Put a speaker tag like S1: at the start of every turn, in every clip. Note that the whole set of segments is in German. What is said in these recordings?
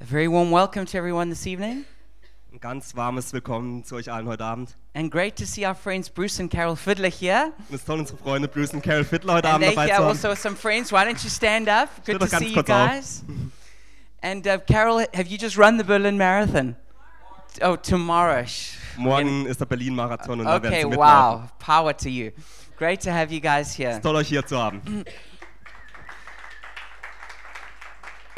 S1: A very warm welcome to everyone this evening,
S2: Ein ganz warmes Willkommen zu euch allen heute Abend.
S1: and great to see our friends Bruce and Carol Fiddler here.
S2: Und es ist toll, unsere Freunde Bruce und Carol Fiddler heute
S1: And
S2: Abend
S1: they
S2: dabei zu
S1: here
S2: haben.
S1: also some friends. Why don't you stand up? Good to
S2: Steht doch ganz
S1: see you
S2: kurz auf.
S1: guys. And uh, Carol, have you just run the Berlin Marathon? Oh, tomorrow. Sh-
S2: Morgen ist der Berlin-Marathon und da werden
S1: Okay,
S2: sie mitlaufen.
S1: wow. Power to you. Great to have you guys here.
S2: Es ist toll, euch hier zu haben.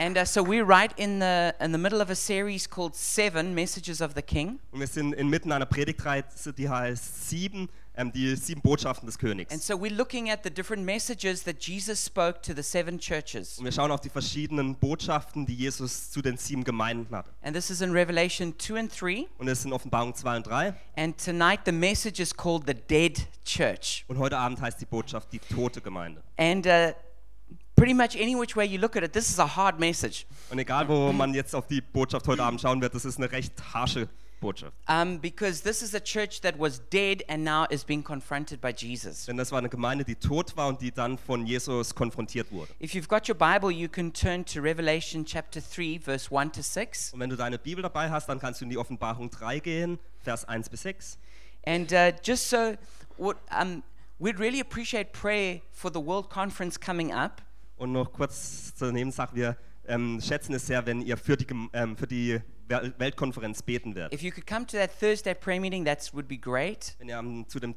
S1: And uh, so we're right in the in the middle of a series called Seven Messages of the King.
S2: Und wir sind inmitten einer Predigtreihe, die heißt sieben, ähm, die sieben Botschaften des
S1: And
S2: Königs.
S1: so we're looking at the different messages that Jesus spoke to the seven churches.
S2: Und wir schauen auf die verschiedenen Botschaften, die Jesus zu den sieben Gemeinden hatte.
S1: And this is in Revelation 2 and 3.
S2: Und es sind Offenbarung 2 und 3.
S1: And tonight the message is called the Dead Church.
S2: Und heute Abend heißt die Botschaft die tote Gemeinde.
S1: And uh, pretty much any which way you look at it, this is a hard message
S2: Und egal, wo man jetzt auf die Botschaft heute Abend schauen wird, das ist eine recht harsche Botschaft.
S1: um, because this is a church that was dead and now is being confronted by Jesus.
S2: Denn das war eine Gemeinde, die tot war und die dann von Jesus konfrontiert wurde.
S1: If you've got your Bible, you can turn to Revelation chapter 3, verse 1 to 6.
S2: Und wenn du deine Bibel dabei hast, dann kannst du in die Offenbarung 3 gehen, Vers 1 bis 6.
S1: And uh, just so, what, um, we'd really appreciate prayer for the World Conference coming up.
S2: Und noch kurz zur Nebensache, wir ähm, schätzen es sehr, wenn ihr für die, Gem- ähm, für die Wel- Weltkonferenz beten werdet.
S1: If you could come to that Thursday prayer meeting, that would be great.
S2: Wenn ihr am, zu dem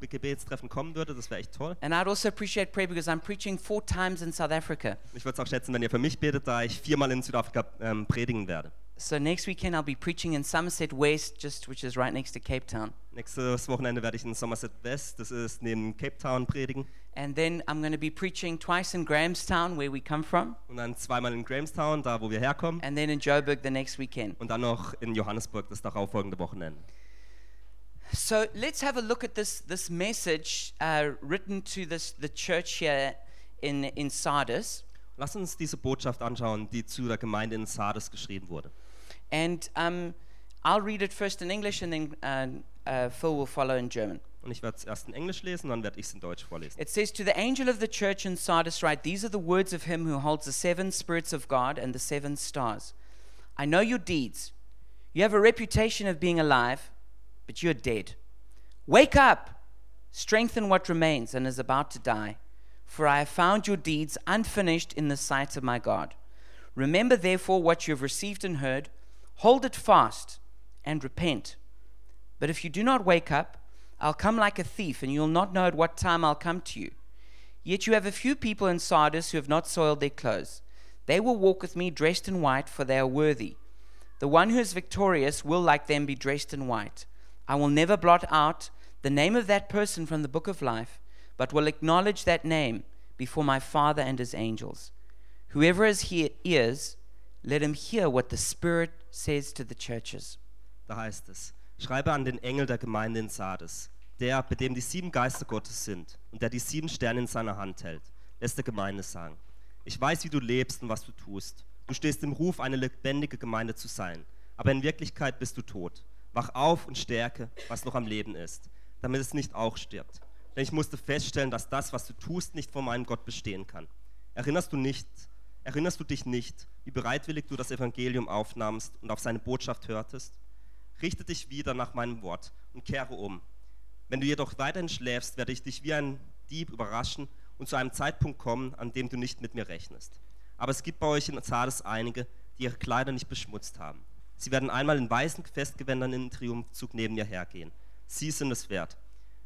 S2: Donnerstag-Gebetstreffen kommen würdet, das wäre echt toll.
S1: And I'd also appreciate prayer because I'm preaching four times in South Africa.
S2: Ich würde es auch schätzen, wenn ihr für mich betet, da ich viermal in Südafrika ähm, predigen werde.
S1: So next weekend I'll be preaching in Somerset West, just which is right next to Cape Town.
S2: Nächstes Wochenende werde ich in Somerset West, das ist neben Cape Town, predigen.
S1: And then I'm going to be preaching twice in Grahamstown, where we come from,
S2: Und dann zweimal in Grahamstown, da wo wir herkommen.
S1: and then in Joburg the next weekend.
S2: Und dann noch in Johannesburg, das darauffolgende Wochenende.
S1: So let's have a look at this this message uh, written to this the church here in in Sardis.
S2: Lass uns diese Botschaft anschauen, die zu der Gemeinde in Sardes geschrieben wurde.
S1: And um, I'll read it first in English, and then uh, uh, Phil will follow in German.
S2: Und ich werde es erst in Englisch lesen, dann werde ich es in Deutsch vorlesen.
S1: It says, To the angel of the church in Sardis, write, These are the words of him who holds the seven spirits of God and the seven stars. I know your deeds. You have a reputation of being alive, but you're dead. Wake up! Strengthen what remains and is about to die, for I have found your deeds unfinished in the sight of my God. Remember, therefore, what you have received and heard, hold it fast, and repent. But if you do not wake up, I'll come like a thief, and you'll not know at what time I'll come to you. Yet you have a few people in Sardis who have not soiled their clothes. They will walk with me dressed in white, for they are worthy. The one who is victorious will, like them, be dressed in white. I will never blot out the name of that person from the book of life, but will acknowledge that name before my Father and his angels. Whoever has he- ears, let him hear what the Spirit says to the churches.
S2: Da heißt es, schreibe an den Engel der Gemeinde in Sardes, der, bei dem die sieben Geister Gottes sind und der die sieben Sterne in seiner Hand hält, lässt der Gemeinde sagen, ich weiß, wie du lebst und was du tust. Du stehst im Ruf, eine lebendige Gemeinde zu sein, aber in Wirklichkeit bist du tot. Wach auf und stärke, was noch am Leben ist, damit es nicht auch stirbt. Denn ich musste feststellen, dass das, was du tust, nicht vor meinem Gott bestehen kann. Erinnerst du nicht, erinnerst du dich nicht, wie bereitwillig du das Evangelium aufnahmst und auf seine Botschaft hörtest? Richte dich wieder nach meinem Wort und kehre um. Wenn du jedoch weiterhin schläfst, werde ich dich wie ein Dieb überraschen und zu einem Zeitpunkt kommen, an dem du nicht mit mir rechnest. Aber es gibt bei euch in Sardes einige, die ihre Kleider nicht beschmutzt haben. Sie werden einmal in weißen Festgewändern in den Triumphzug neben mir hergehen. Sie sind es wert.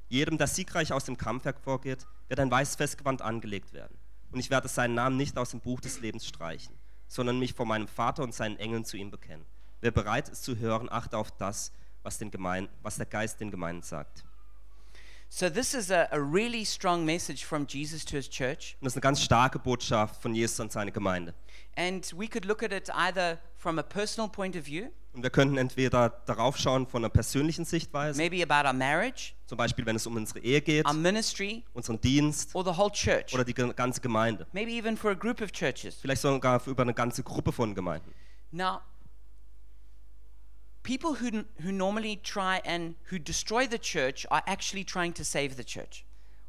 S2: Jedem, der siegreich aus dem Kampf hervorgeht, wird ein weißes Festgewand angelegt werden. Und ich werde seinen Namen nicht aus dem Buch des Lebens streichen, sondern mich vor meinem Vater und seinen Engeln zu ihm bekennen. Wer bereit ist zu hören, achte auf das, was, den Gemein was der Geist den Gemeinden sagt.
S1: So, this is a, a really strong message from Jesus to his church.
S2: Und das ist eine ganz starke Botschaft von Jesus an seine Gemeinde.
S1: And we could look at it either from a personal point of view,
S2: Und wir könnten entweder darauf schauen von einer persönlichen Sichtweise,
S1: maybe about our marriage,
S2: zum Beispiel wenn es um unsere Ehe geht,
S1: our ministry,
S2: unseren Dienst
S1: or the whole church.
S2: oder die ge- ganze Gemeinde.
S1: Maybe even for a group of churches.
S2: Vielleicht sogar über eine ganze Gruppe von Gemeinden.
S1: Now, people who, n- who normally try and who destroy the church are actually trying to save the church.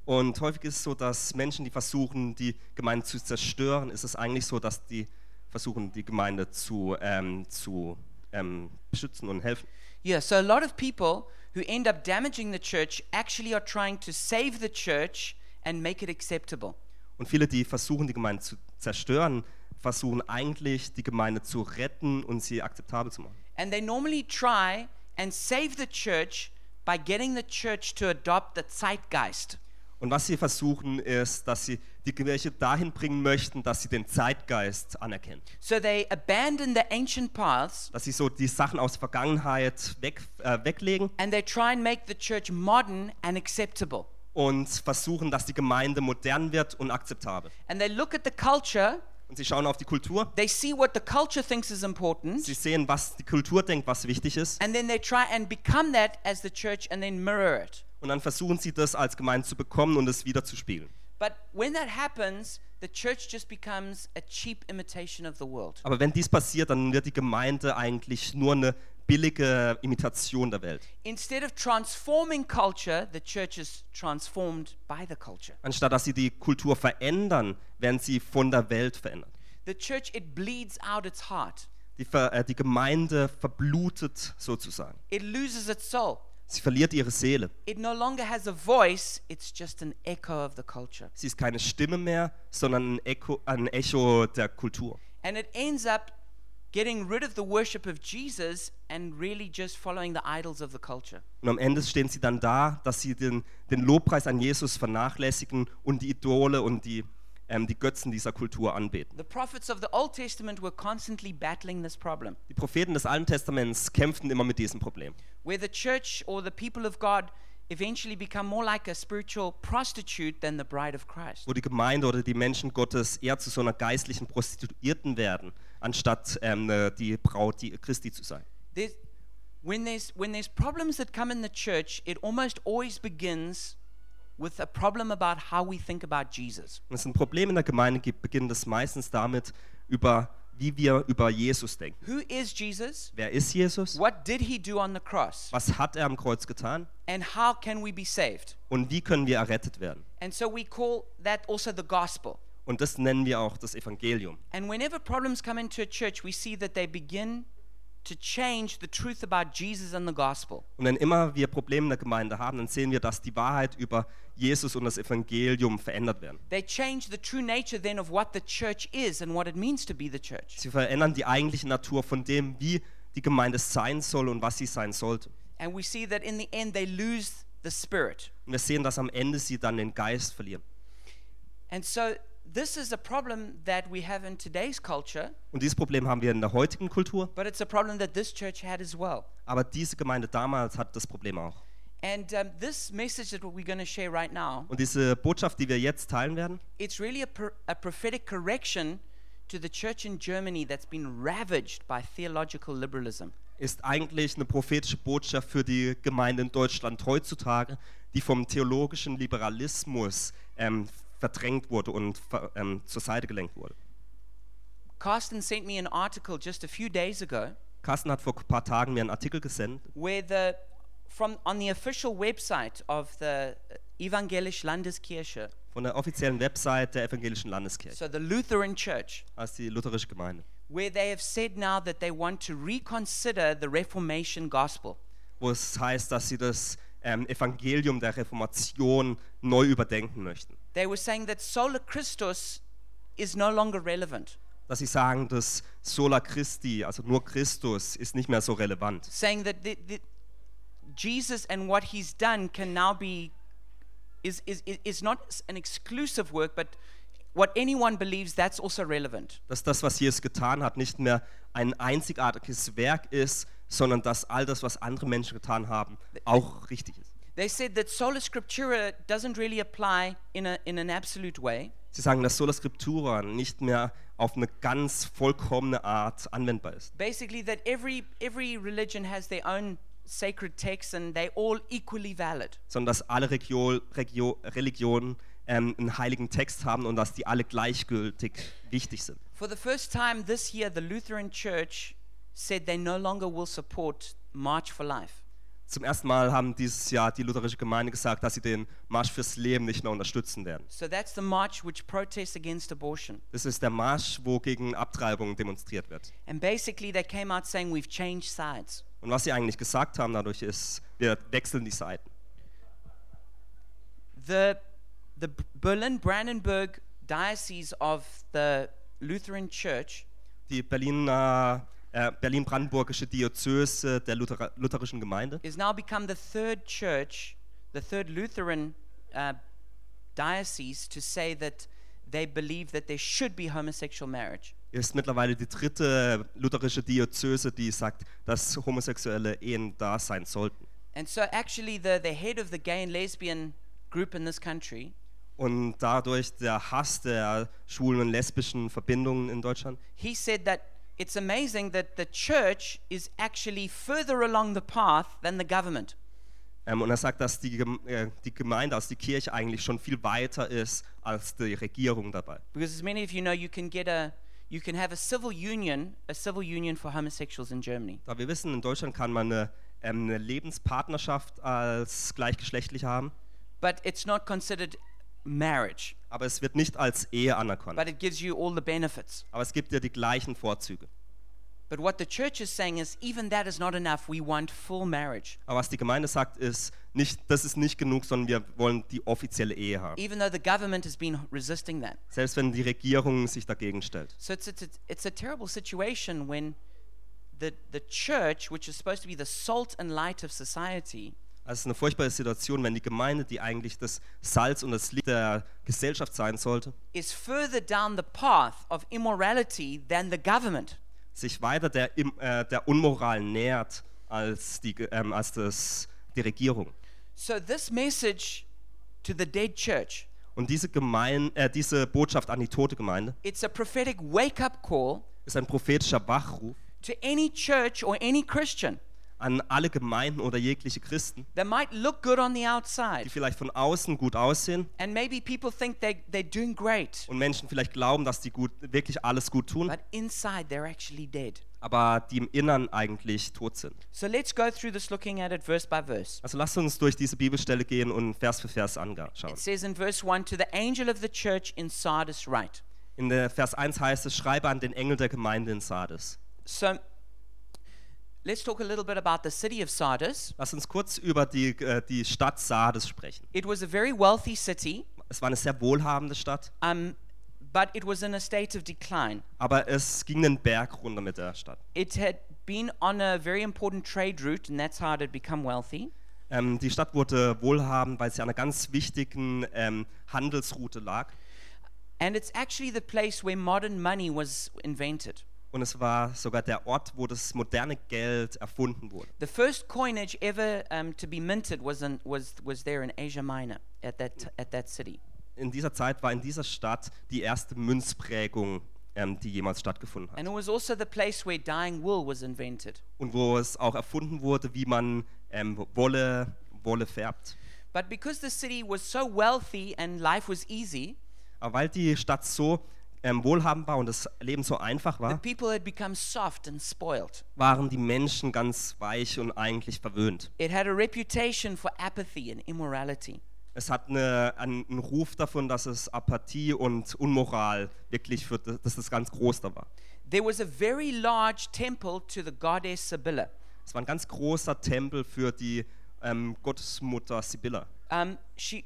S2: Und häufig ist es so, dass Menschen, die versuchen, die Gemeinde zu zerstören, ist es eigentlich so, dass die versuchen, die Gemeinde zu, ähm, zu ähm, beschützen und helfen.
S1: Yeah, so a lot of people who end up damaging the church actually are trying to save the church and make it acceptable.
S2: Und viele, die versuchen, die Gemeinde zu zerstören, versuchen eigentlich, die Gemeinde zu retten und sie akzeptabel zu machen.
S1: And they normally try and save the church by getting the church to adopt the zeitgeist.
S2: Und was sie versuchen, ist, dass sie die Kirche dahin bringen möchten, dass sie den Zeitgeist anerkennen.
S1: So they abandon the ancient paths
S2: Dass sie so die Sachen aus der Vergangenheit weg, äh, weglegen
S1: and they try and make the church modern and acceptable.
S2: und versuchen, dass die Gemeinde modern wird und akzeptabel.
S1: And they look at the culture,
S2: Und sie schauen auf die Kultur,
S1: they see what the culture thinks is important,
S2: sie sehen, was die Kultur denkt, was wichtig ist.
S1: and then they try and become that as the church and then mirror it.
S2: Und dann versuchen sie das als Gemeinde zu bekommen und es wieder zu spielen.
S1: But when that happens, the church just becomes a cheap imitation of the world.
S2: Aber wenn dies passiert, dann wird die Gemeinde eigentlich nur eine billige Imitation der Welt.
S1: Instead of transforming culture, the church is transformed by the culture.
S2: Anstatt dass sie die Kultur verändern, werden sie von der Welt verändert.
S1: The church, it bleeds out its heart,
S2: Die, Ver äh, die Gemeinde verblutet sozusagen.
S1: it loses its soul.
S2: Sie verliert ihre Seele.
S1: It no longer has a voice, it's just an echo of the culture.
S2: Sie ist keine Stimme mehr, sondern ein Echo, ein Echo der Kultur.
S1: And it ends up getting rid of the worship of Jesus and really just following the idols of the culture.
S2: Und am Ende stehen sie dann da, dass sie den, den Lobpreis an Jesus vernachlässigen und die Idole und die, ähm, die Götzen dieser Kultur anbeten.
S1: The prophets of the Old Testament were constantly battling this problem.
S2: Die Propheten des Alten Testaments kämpften immer mit diesem Problem.
S1: where the church or the people of God eventually become more like a spiritual prostitute than the bride of Christ.
S2: wo die Gemeinde oder die Menschen Gottes eher zu so einer geistlichen Prostituierten werden, anstatt ähm, ne- die Braut die Christi zu sein.
S1: There's, when, there's, when there's problems that come in the church, it almost always begins with a problem about how we think about Jesus.
S2: Wenn es ein Problem in der Gemeinde gibt, beginnt es meistens damit, über, wie wir über Jesus denken.
S1: Who is Jesus?
S2: Wer ist Jesus?
S1: What did he do on the cross?
S2: Was hat er am Kreuz getan?
S1: And how can we be saved?
S2: Und wie können wir errettet werden?
S1: And so we call that also the gospel.
S2: Und das nennen wir auch das Evangelium.
S1: And whenever problems come into a church, we see that they begin to change the truth about Jesus and the gospel.
S2: Und wenn immer wir Probleme in der Gemeinde haben, dann sehen wir, dass die Wahrheit über Jesus und das Evangelium verändert werden.
S1: They change the true nature then of what the church is and what it means to be the church.
S2: Sie verändern die eigentliche Natur von dem, wie die Gemeinde sein soll und was sie sein sollte.
S1: And we see that in the end they lose the spirit.
S2: Und wir sehen, dass am Ende sie dann den Geist verlieren.
S1: And so this is a problem that we have in today's culture,
S2: Und dieses Problem haben wir in der heutigen Kultur,
S1: but it's a problem that this church had as well.
S2: aber diese Gemeinde damals hat das Problem auch.
S1: And um, this message that we're going to share right now,
S2: Und diese Botschaft, die wir jetzt teilen werden,
S1: it's really a, pro- a prophetic correction to the church in Germany that's been ravaged by theological liberalism.
S2: ist eigentlich eine prophetische Botschaft für die Gemeinde in Deutschland heutzutage, die vom theologischen Liberalismus ähm, verdrängt wurde und ver- ähm, zur Seite gelenkt wurde.
S1: Carsten sent me an article just a few days ago
S2: Carsten hat vor ein paar Tagen mir einen Artikel gesendet
S1: where the from on the official website of the Evangelisch Landeskirche,
S2: von der offiziellen Website der Evangelischen Landeskirche,
S1: so the Lutheran Church,
S2: als die lutherische Gemeinde,
S1: where they have said now that they want to reconsider the Reformation gospel.
S2: wo es heißt, dass sie das ähm, Evangelium der Reformation neu überdenken möchten.
S1: They were saying that sola Christus is no longer relevant,
S2: dass sie sagen, dass Sola Christi, also nur Christus, ist nicht mehr so relevant.
S1: saying that the, the, Jesus and what he's done can now be is, is, is- is not s- an exclusive work, but what anyone believes that's also relevant.
S2: Dass das, was Jesus getan hat, nicht mehr ein einzigartiges Werk ist, sondern dass all das, was andere Menschen getan haben, auch richtig ist.
S1: They said that sola scriptura doesn't really apply in, a, in an absolute way,
S2: Sie sagen, dass Sola Scriptura nicht mehr auf eine ganz vollkommene Art anwendbar ist.
S1: basically that every every religion has their own sacred texts and they all equally valid
S2: Sondern dass alle Regio Regio Religionen ähm, einen heiligen Text haben und dass die alle gleichgültig wichtig sind.
S1: for the first time this year the lutheran church said they no longer will support march for life
S2: Zum ersten Mal haben dieses Jahr die lutherische Gemeinde gesagt, dass sie den Marsch fürs Leben nicht mehr unterstützen werden.
S1: So that's the march which protests against abortion.
S2: Das ist der Marsch, wo gegen Abtreibung demonstriert wird.
S1: And basically, they came out saying, We've changed sides.
S2: Und was sie eigentlich gesagt haben dadurch ist, wir wechseln die Seiten.
S1: The, the B- Berlin Brandenburg Diocese of the Lutheran Church
S2: Die Berliner, äh, Berlin-Brandenburgische Diözese der Luther lutherischen Gemeinde
S1: is now become the third church, the third Lutheran uh, diocese to say that they believe that there should be homosexual marriage.
S2: ist mittlerweile die dritte lutherische Diözese, die sagt, dass homosexuelle Ehen da sein sollten.
S1: And so, actually, the, the head of the gay and lesbian group in this country
S2: Und dadurch der Hass der schwulen und lesbischen Verbindungen in Deutschland.
S1: he said that it's amazing that the church is actually further along the path than the government.
S2: Ähm, und er sagt, dass die, Gem- äh, die Gemeinde, also die Kirche eigentlich schon viel weiter ist als die Regierung dabei.
S1: Because as many of you know, you can get a you can have a civil union, a civil union for homosexuals in Germany.
S2: Da wir wissen, in Deutschland kann man eine, ähm, eine Lebenspartnerschaft als gleichgeschlechtlich haben,
S1: But it's not considered marriage,
S2: aber es wird nicht als Ehe anerkannt.
S1: but it gives you all the benefits.
S2: Aber es gibt ja die gleichen Vorzüge.
S1: But what the church is saying is even that is not enough. We want full marriage.
S2: Aber was die Gemeinde sagt, ist, nicht, das ist nicht genug, sondern wir wollen die offizielle Ehe haben.
S1: Even though the government has been resisting that.
S2: Selbst wenn die Regierung sich dagegen stellt.
S1: So it's, it's, it's a terrible situation when the, the church, which is supposed to be the salt and light of society,
S2: Also es ist eine furchtbare Situation, wenn die Gemeinde, die eigentlich das Salz und das Licht der Gesellschaft sein sollte,
S1: is further down the path of immorality than the government.
S2: sich weiter der, Im- äh, der Unmoral nähert als, die, Ge- ähm, als das, die Regierung.
S1: So this message to the dead church,
S2: Und diese, Gemein äh, diese Botschaft an die tote Gemeinde
S1: it's a prophetic wake-up call
S2: ist ein prophetischer Wachruf
S1: to any church or any Christian
S2: an alle Gemeinden oder jegliche Christen,
S1: that might look good on the
S2: die
S1: outside.
S2: vielleicht von außen gut aussehen
S1: And maybe people think they, they're doing great.
S2: und Menschen vielleicht glauben, dass die gut, wirklich alles gut tun,
S1: but inside they're actually dead.
S2: aber die im Innern eigentlich tot sind.
S1: So let's go through this looking at it verse by verse.
S2: Also lasst uns durch diese Bibelstelle gehen und Vers für Vers anschauen.
S1: It says in verse 1 To the angel of the church in Sardis write.
S2: In der Vers 1 heißt es, schreibe an den Engel der Gemeinde in Sardes.
S1: So let's talk a little bit about the city of Sardis.
S2: Lass uns kurz über die, äh, die Stadt Sardes sprechen.
S1: It was a very wealthy city,
S2: Es war eine sehr wohlhabende Stadt,
S1: um, but it was in a state of decline.
S2: aber es ging den Berg runter mit der Stadt.
S1: It had been on a very important trade route, and that's how it had become wealthy.
S2: Ähm, die Stadt wurde wohlhabend, weil sie an einer ganz wichtigen ähm, Handelsroute lag.
S1: And it's actually the place where modern money was invented.
S2: Und es war sogar der Ort, wo das moderne Geld erfunden wurde.
S1: The first coinage ever um, to be minted was, in, was, was there in Asia Minor at that, t- at that city.
S2: In dieser Zeit war in dieser Stadt die erste Münzprägung, ähm, die jemals stattgefunden hat.
S1: And it was also the place where dyeing wool was invented.
S2: Und wo es auch erfunden wurde, wie man ähm, Wolle, Wolle färbt.
S1: But because the city was so wealthy and life was easy,
S2: Aber weil die Stadt so ähm, wohlhabend war und das Leben so einfach
S1: the
S2: war,
S1: people had become soft and spoiled.
S2: waren die Menschen ganz weich und eigentlich verwöhnt.
S1: It had a reputation for apathy and immorality.
S2: Es hat eine, einen, einen Ruf davon, dass es Apathie und Unmoral wirklich für das, dass das ganz groß da war.
S1: There was a very large temple to the goddess Sibylla.
S2: Es war ein ganz großer Tempel für die ähm, Gottesmutter Sibylla.
S1: Um, she,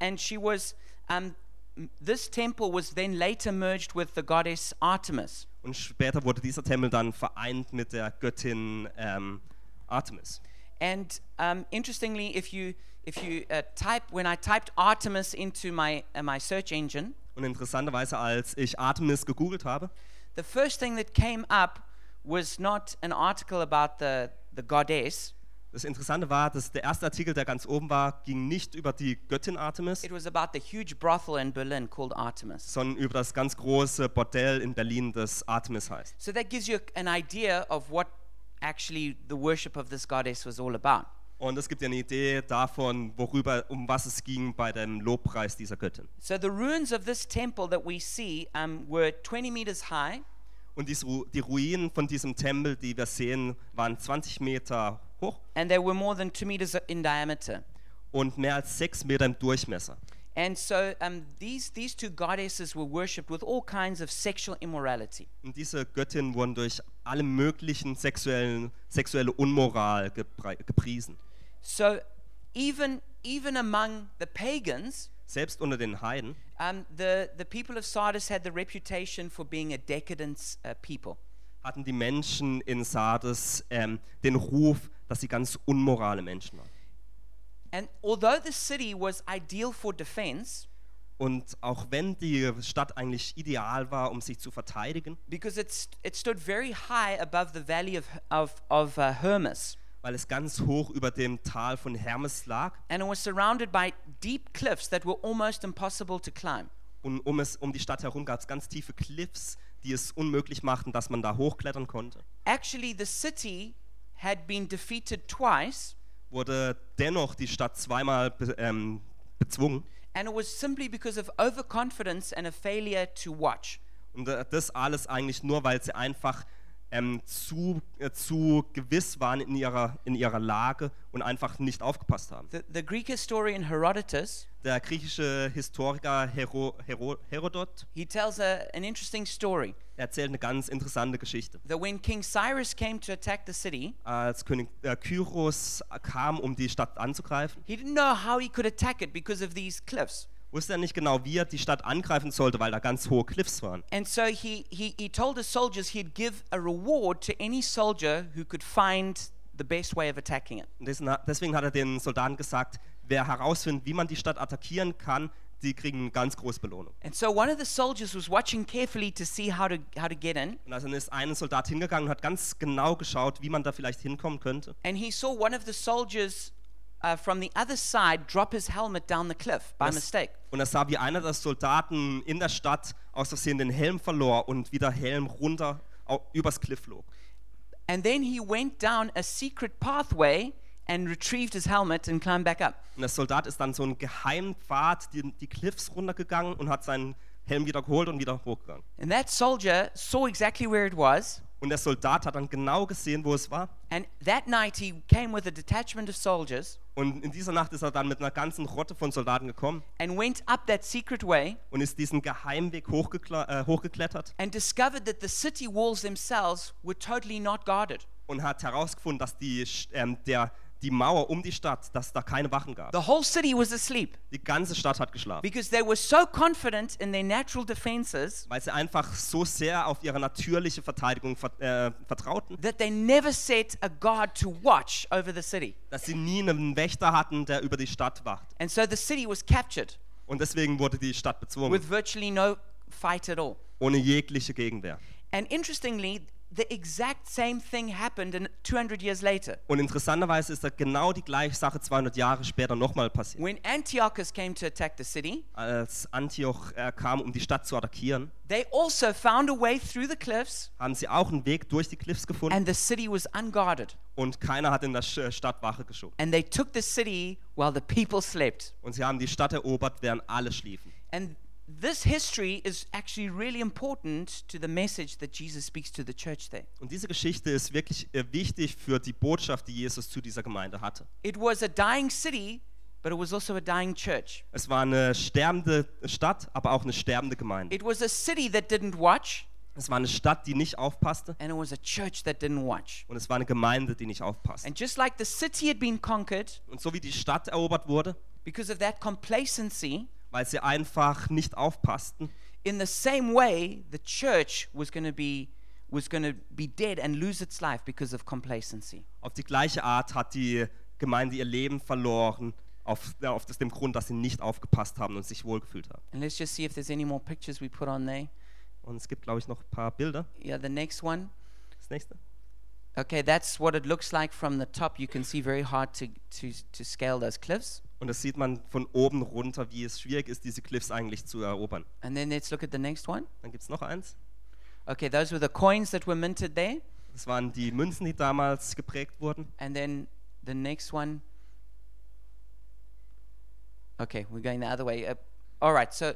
S1: and she was, um, m- this temple was then later merged with the goddess Artemis.
S2: Und später wurde dieser Tempel dann vereint mit der Göttin ähm, Artemis.
S1: And um, interestingly, if you if you uh, type when I typed Artemis into my uh, my search engine,
S2: Und interessanterweise, als ich Artemis gegoogelt habe,
S1: the first thing that came up was not an article about the the goddess.
S2: Das Interessante war, dass der erste Artikel, der ganz oben war, ging nicht über die Göttin Artemis,
S1: It was about the huge brothel in Berlin called Artemis.
S2: sondern über das ganz große Bordell in Berlin, das Artemis heißt.
S1: So that gives you an idea of what actually the worship of this goddess was all about.
S2: Und es gibt ja eine Idee davon, worüber, um was es ging bei dem Lobpreis dieser Göttin.
S1: So the ruins of this temple that we see um, were 20 meters high,
S2: Und dies, Ru- die Ruinen von diesem Tempel, die wir sehen, waren 20 Meter hoch
S1: and they were more than two meters in diameter.
S2: und mehr als sechs Meter im Durchmesser.
S1: And so um, these, these two goddesses were worshipped with all kinds of sexual immorality.
S2: Und diese Göttinnen wurden durch alle möglichen sexuellen, sexuelle Unmoral geprei- gepriesen.
S1: So even, even among the pagans,
S2: Selbst unter den Heiden
S1: um, the, the people of Sardis had the reputation for being a decadent uh, people.
S2: hatten die Menschen in Sardes ähm, den Ruf, dass sie ganz unmorale Menschen waren.
S1: And although the city was ideal for defense,
S2: Und auch wenn die Stadt eigentlich ideal war, um sich zu verteidigen,
S1: because it's, it stood very high above the valley of, of, of uh, Hermas,
S2: weil es ganz hoch über dem Tal von Hermes lag
S1: and it was surrounded by deep cliffs that were almost impossible to climb.
S2: und um, es, um die Stadt herum gab es ganz tiefe Cliffs, die es unmöglich machten, dass man da hochklettern konnte,
S1: Actually, the city had been defeated twice,
S2: wurde dennoch die Stadt zweimal be, ähm, bezwungen.
S1: and it was simply because of overconfidence and a failure to watch.
S2: Und äh, das alles eigentlich nur, weil sie einfach ähm, zu, äh, zu gewiss waren in ihrer, in ihrer Lage und einfach nicht aufgepasst haben.
S1: The, the Greek historian Herodotus,
S2: Der griechische Historiker Hero, Hero, Herodot
S1: he tells a, an interesting story
S2: erzählt eine ganz interessante Geschichte.
S1: that when King Cyrus came to attack the city,
S2: Als König äh, Kyros kam, um die Stadt anzugreifen,
S1: he didn't know how he could attack it because of these cliffs.
S2: wusste er nicht genau, wie er die Stadt angreifen sollte, weil da ganz hohe Cliffs waren.
S1: And so he, he, he told his soldiers he'd give a reward to any soldier who could find the best way of attacking it.
S2: Und dessen- deswegen hat er den Soldaten gesagt, wer herausfindet, wie man die Stadt attackieren kann, die kriegen eine ganz große Belohnung.
S1: And so one of the soldiers was watching carefully to see how to, how to get in,
S2: Und also dann ist ein Soldat hingegangen und hat ganz genau geschaut, wie man da vielleicht hinkommen könnte.
S1: and he saw one of the soldiers uh, from the other side drop his helmet down the cliff by
S2: Das-
S1: mistake.
S2: Und er sah, wie einer der Soldaten in der Stadt aus Versehen den Helm verlor und wie der Helm runter au- übers Cliff flog.
S1: And then he went down a secret pathway and retrieved his helmet and climbed back up.
S2: Und der Soldat ist dann so einen geheimen Pfad die, die Cliffs runtergegangen und hat seinen Helm wieder geholt und wieder hochgegangen.
S1: And that soldier saw exactly where it was,
S2: Und der Soldat hat dann genau gesehen, wo es war.
S1: and that night he came with a detachment of soldiers
S2: Und in dieser Nacht ist er dann mit einer ganzen Rotte von Soldaten gekommen
S1: and went up that secret way
S2: und ist diesen Geheimweg hochgekla- äh, hochgeklettert
S1: and discovered that the city walls themselves were totally not guarded.
S2: und hat herausgefunden, dass die, Sch- ähm, der, die Mauer um die Stadt, dass da keine Wachen gab.
S1: The whole city was asleep
S2: Die ganze Stadt hat geschlafen,
S1: because they were so confident in their natural defenses
S2: weil sie einfach so sehr auf ihre natürliche Verteidigung ver äh, vertrauten,
S1: that they never set a guard to watch over the city.
S2: dass sie nie einen Wächter hatten, der über die Stadt wacht.
S1: And so the city was captured
S2: Und deswegen wurde die Stadt
S1: with
S2: bezwungen,
S1: virtually no fight at all.
S2: ohne jegliche Gegenwehr.
S1: And interestingly, the exact same thing happened in 200 years later
S2: Und interessanterweise ist da genau die gleiche Sache 200 Jahre später nochmal passiert.
S1: when Antiochus came to attack the city.
S2: Als Antioch äh, kam, um die Stadt zu attackieren,
S1: They also found a way through the cliffs
S2: haben sie auch einen Weg durch die Cliffs gefunden
S1: and the city was unguarded.
S2: und keiner hat in der Sch- äh, Stadt Wache geschoben.
S1: And they took the city while the people slept.
S2: Und sie haben die Stadt erobert, während alle schliefen.
S1: And this history is actually really important to the message that Jesus speaks to the church there.
S2: Und diese Geschichte ist wirklich äh, wichtig für die Botschaft, die Jesus zu dieser Gemeinde hatte.
S1: It was a dying city, but it was also a dying church.
S2: Es war eine sterbende Stadt, aber auch eine sterbende Gemeinde.
S1: It was a city that didn't watch,
S2: Es war eine Stadt, die nicht aufpasste
S1: and it was a church that didn't watch.
S2: und es war eine Gemeinde, die nicht aufpasste.
S1: And just like the city had been conquered
S2: Und so wie die Stadt erobert wurde,
S1: because of that complacency,
S2: weil sie einfach nicht aufpassten,
S1: in the same way the church was going to be was going to be dead and lose its life because of complacency.
S2: auf die gleiche Art hat die Gemeinde ihr Leben verloren, auf, ja, auf das, dem Grund, dass sie nicht aufgepasst haben und sich wohlgefühlt haben.
S1: And let's just see if there's any more pictures we put on there.
S2: Und es gibt, glaube ich, noch ein paar Bilder.
S1: Yeah, the next one.
S2: Das nächste.
S1: Okay, that's what it looks like from the top. You can see very hard to, to, to scale those cliffs.
S2: Und das sieht man von oben runter, wie es schwierig ist, diese Cliffs eigentlich zu erobern.
S1: And then let's look at the next one.
S2: Dann gibt es noch eins.
S1: Okay, those were the coins that were minted there.
S2: Das waren die Münzen, die damals geprägt wurden.
S1: And then the next one. Okay, we're going the other way. Uh, all right, so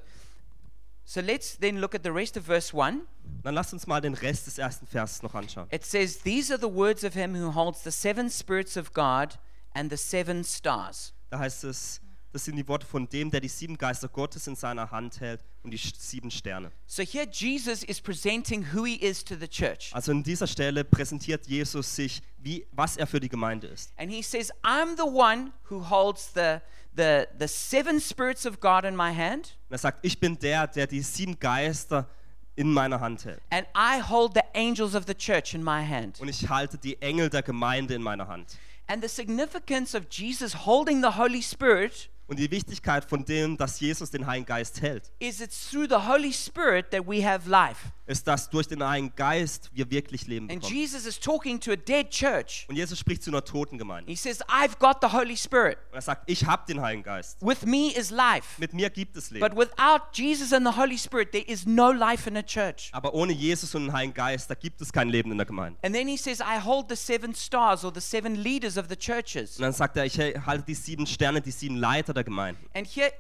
S1: So let's then look at the rest of verse 1.
S2: Dann lasst uns mal den Rest des ersten Verses noch anschauen.
S1: It says, These are the words of him who holds the seven spirits of God and the seven stars.
S2: Da heißt es, das sind die Worte von dem, der die sieben Geister Gottes in seiner Hand hält und die sch- sieben Sterne.
S1: So here Jesus is presenting who he is to the church.
S2: Also in dieser Stelle präsentiert Jesus sich, wie, was er für die Gemeinde ist.
S1: And he says, I'm the one who holds the, the, the seven spirits of God in my hand,
S2: Und er sagt, ich bin der, der die sieben Geister in meiner Hand hält.
S1: and I hold the angels of the church in my hand.
S2: Und ich halte die Engel der Gemeinde in meiner Hand.
S1: And the significance of Jesus holding the Holy Spirit
S2: Und die Wichtigkeit von dem, dass Jesus den Heiligen Geist hält,
S1: is it's through the Holy Spirit that we have life.
S2: ist, dass durch den Heiligen Geist wir wirklich Leben
S1: And
S2: bekommen.
S1: Jesus is talking to a dead church.
S2: Und Jesus spricht zu einer toten Gemeinde.
S1: He says, I've got the Holy Spirit.
S2: Und er sagt, ich habe den Heiligen Geist.
S1: With me is life.
S2: Mit mir gibt es Leben.
S1: But without Jesus and the Holy Spirit, there is no life in a church.
S2: Aber ohne Jesus und den Heiligen Geist, da gibt es kein Leben in der Gemeinde.
S1: And then he says, I hold the seven stars or the seven leaders of the churches.
S2: Und dann sagt er, ich halte die sieben Sterne, die sieben Leiter der Gemeinde.
S1: And here,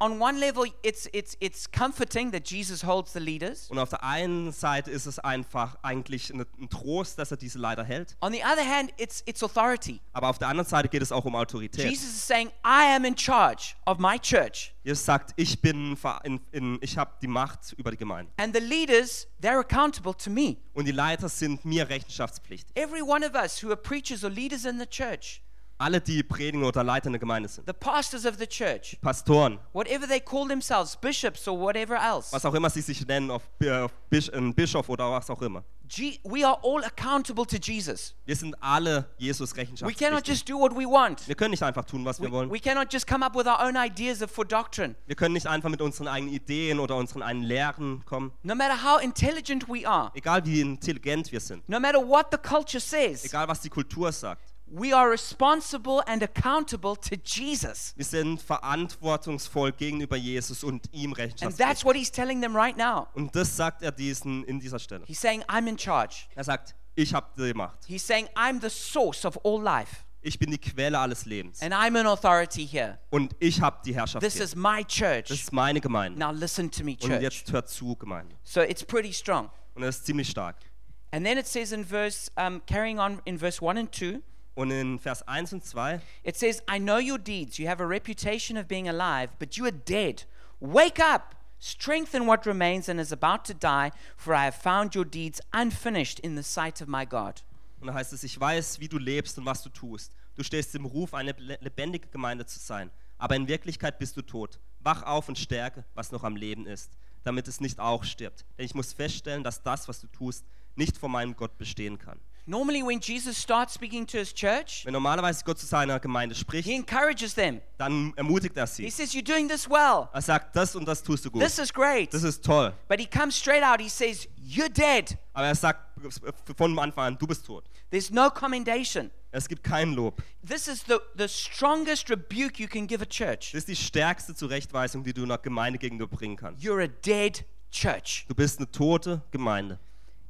S1: on one level, it's, it's, it's comforting that Jesus holds the leaders.
S2: Und auf der einen Seite ist es einfach eigentlich ein ein Trost, dass er diese Leiter hält.
S1: On the other hand, it's, it's authority.
S2: Aber auf der anderen Seite geht es auch um Autorität.
S1: Jesus is saying, I am in charge of my church.
S2: Jesus sagt, ich bin, ver- in, in, ich habe die Macht über die Gemeinde.
S1: And the leaders, they're accountable to me.
S2: Und die Leiter sind mir rechenschaftspflichtig.
S1: Every one of us who are preachers or leaders in the church,
S2: Alle, die Prediger oder Leiter in der Gemeinde sind.
S1: the pastors of the church,
S2: Pastoren,
S1: whatever they call themselves, bishops or whatever else,
S2: was auch immer sie sich nennen, auf, Bi- auf Bisch, ein Bischof oder was auch immer.
S1: Je- we are all accountable to Jesus.
S2: Wir sind alle Jesus
S1: We cannot
S2: rechenschaftspflichtig.
S1: just do what we want.
S2: Wir können nicht einfach tun, was wir
S1: We,
S2: wollen.
S1: we cannot just come up with our own ideas of, for doctrine.
S2: Wir können nicht einfach mit unseren eigenen Ideen oder unseren eigenen Lehren kommen.
S1: No matter how intelligent we are,
S2: Egal wie intelligent wir sind,
S1: no matter what the culture says,
S2: egal was die Kultur sagt.
S1: we are responsible and accountable to Jesus.
S2: Wir sind verantwortungsvoll gegenüber Jesus und ihm
S1: And that's
S2: rechenschaftspflichtig.
S1: what he's telling them right now.
S2: Und das sagt er diesen in dieser Stelle.
S1: He's saying, I'm in charge.
S2: Er sagt, ich habe die Macht.
S1: He's saying, I'm the source of all life.
S2: Ich bin die Quelle alles Lebens.
S1: And I'm an authority here.
S2: Und ich habe die Herrschaft.
S1: This
S2: Hier.
S1: is my
S2: Das
S1: church.
S2: ist meine Gemeinde.
S1: Now listen to me,
S2: Und
S1: church.
S2: jetzt hört zu, Gemeinde.
S1: So it's pretty strong.
S2: Und das ist ziemlich stark.
S1: And then it says in verse, um, carrying on in verse 1 and 2,
S2: Und in Vers 1 und 2,
S1: It says, I know your deeds. You have a reputation of being alive, but you are dead. Wake up, strengthen what remains and is about to die, for I have found your deeds unfinished in the sight of my God.
S2: und da heißt es, ich weiß, wie du lebst und was du tust. Du stehst im Ruf, eine le- lebendige Gemeinde zu sein. Aber in Wirklichkeit bist du tot. Wach auf und stärke, was noch am Leben ist, damit es nicht auch stirbt. Denn ich muss feststellen, dass das, was du tust, nicht vor meinem Gott bestehen kann.
S1: Normally, when Jesus starts speaking to his church,
S2: Wenn normalerweise Gott zu seiner Gemeinde
S1: he
S2: spricht,
S1: encourages them.
S2: dann ermutigt er
S1: He
S2: sie.
S1: says, You're doing this well.
S2: Er sagt, das und das tust du gut.
S1: This is great.
S2: Das ist toll.
S1: But he comes straight out. He says, You're dead.
S2: Aber er sagt von Anfang an, du bist tot.
S1: There's no commendation.
S2: Es gibt kein Lob.
S1: This is the, the strongest rebuke you can give a church.
S2: Das ist die stärkste Zurechtweisung, die du einer Gemeinde gegenüber bringen kannst.
S1: You're a dead church.
S2: Du bist eine tote Gemeinde.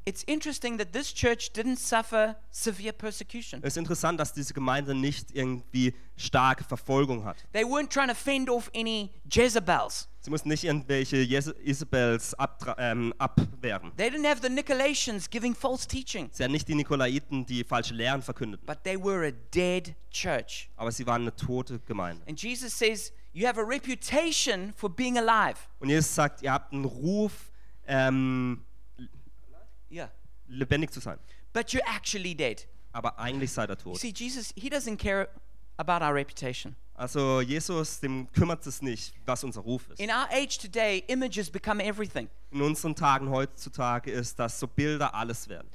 S1: It's interesting that this church didn't suffer severe persecution.
S2: Es ist interessant, dass diese Gemeinde nicht irgendwie starke Verfolgung hat.
S1: They weren't trying to fend off any Jezebels.
S2: Sie muss nicht irgendwelche Jes Isabels abdra- ähm, abwehren.
S1: They didn't have the Nicolaitans giving false teaching.
S2: Sie waren nicht die Nikolaiten, die falsche Lehren verkündeten,
S1: But they were a dead church.
S2: aber sie waren eine tote Gemeinde.
S1: And Jesus says, You have a reputation for being alive.
S2: Und Jesus sagt, ihr habt einen Ruf, ähm,
S1: Yeah.
S2: lebendig zu sein,
S1: But you're actually dead.
S2: aber eigentlich seid ihr
S1: You
S2: tot.
S1: see, Jesus, He doesn't care about our reputation.
S2: Also Jesus, dem kümmert es nicht, was unser Ruf ist.
S1: In our age today, images become everything.
S2: In unseren Tagen heutzutage ist, dass so Bilder alles werden.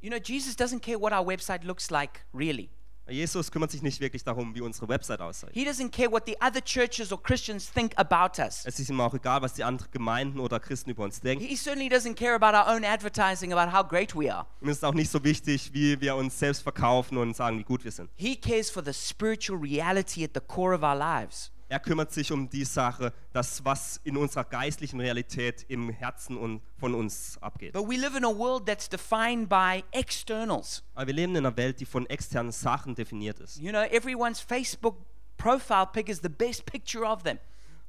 S1: You know, Jesus doesn't care what our website looks like, really.
S2: Jesus kümmert sich nicht wirklich darum, wie unsere Website aussieht.
S1: He doesn't care what the other churches or Christians think about us.
S2: Es ist ihm auch egal, was die anderen Gemeinden oder Christen über uns denken.
S1: He certainly doesn't care about our own advertising, about how great we are.
S2: Ihm ist auch nicht so wichtig, wie wir uns selbst verkaufen und sagen, wie gut wir sind.
S1: He cares for the spiritual reality at the core of our lives.
S2: Er kümmert sich um die Sache, das, was in unserer geistlichen Realität im Herzen und von uns abgeht.
S1: But we live in a world that's defined by externals.
S2: Aber wir leben in einer Welt, die von externen Sachen definiert ist.
S1: You know, everyone's Facebook profile pic is the best picture of them.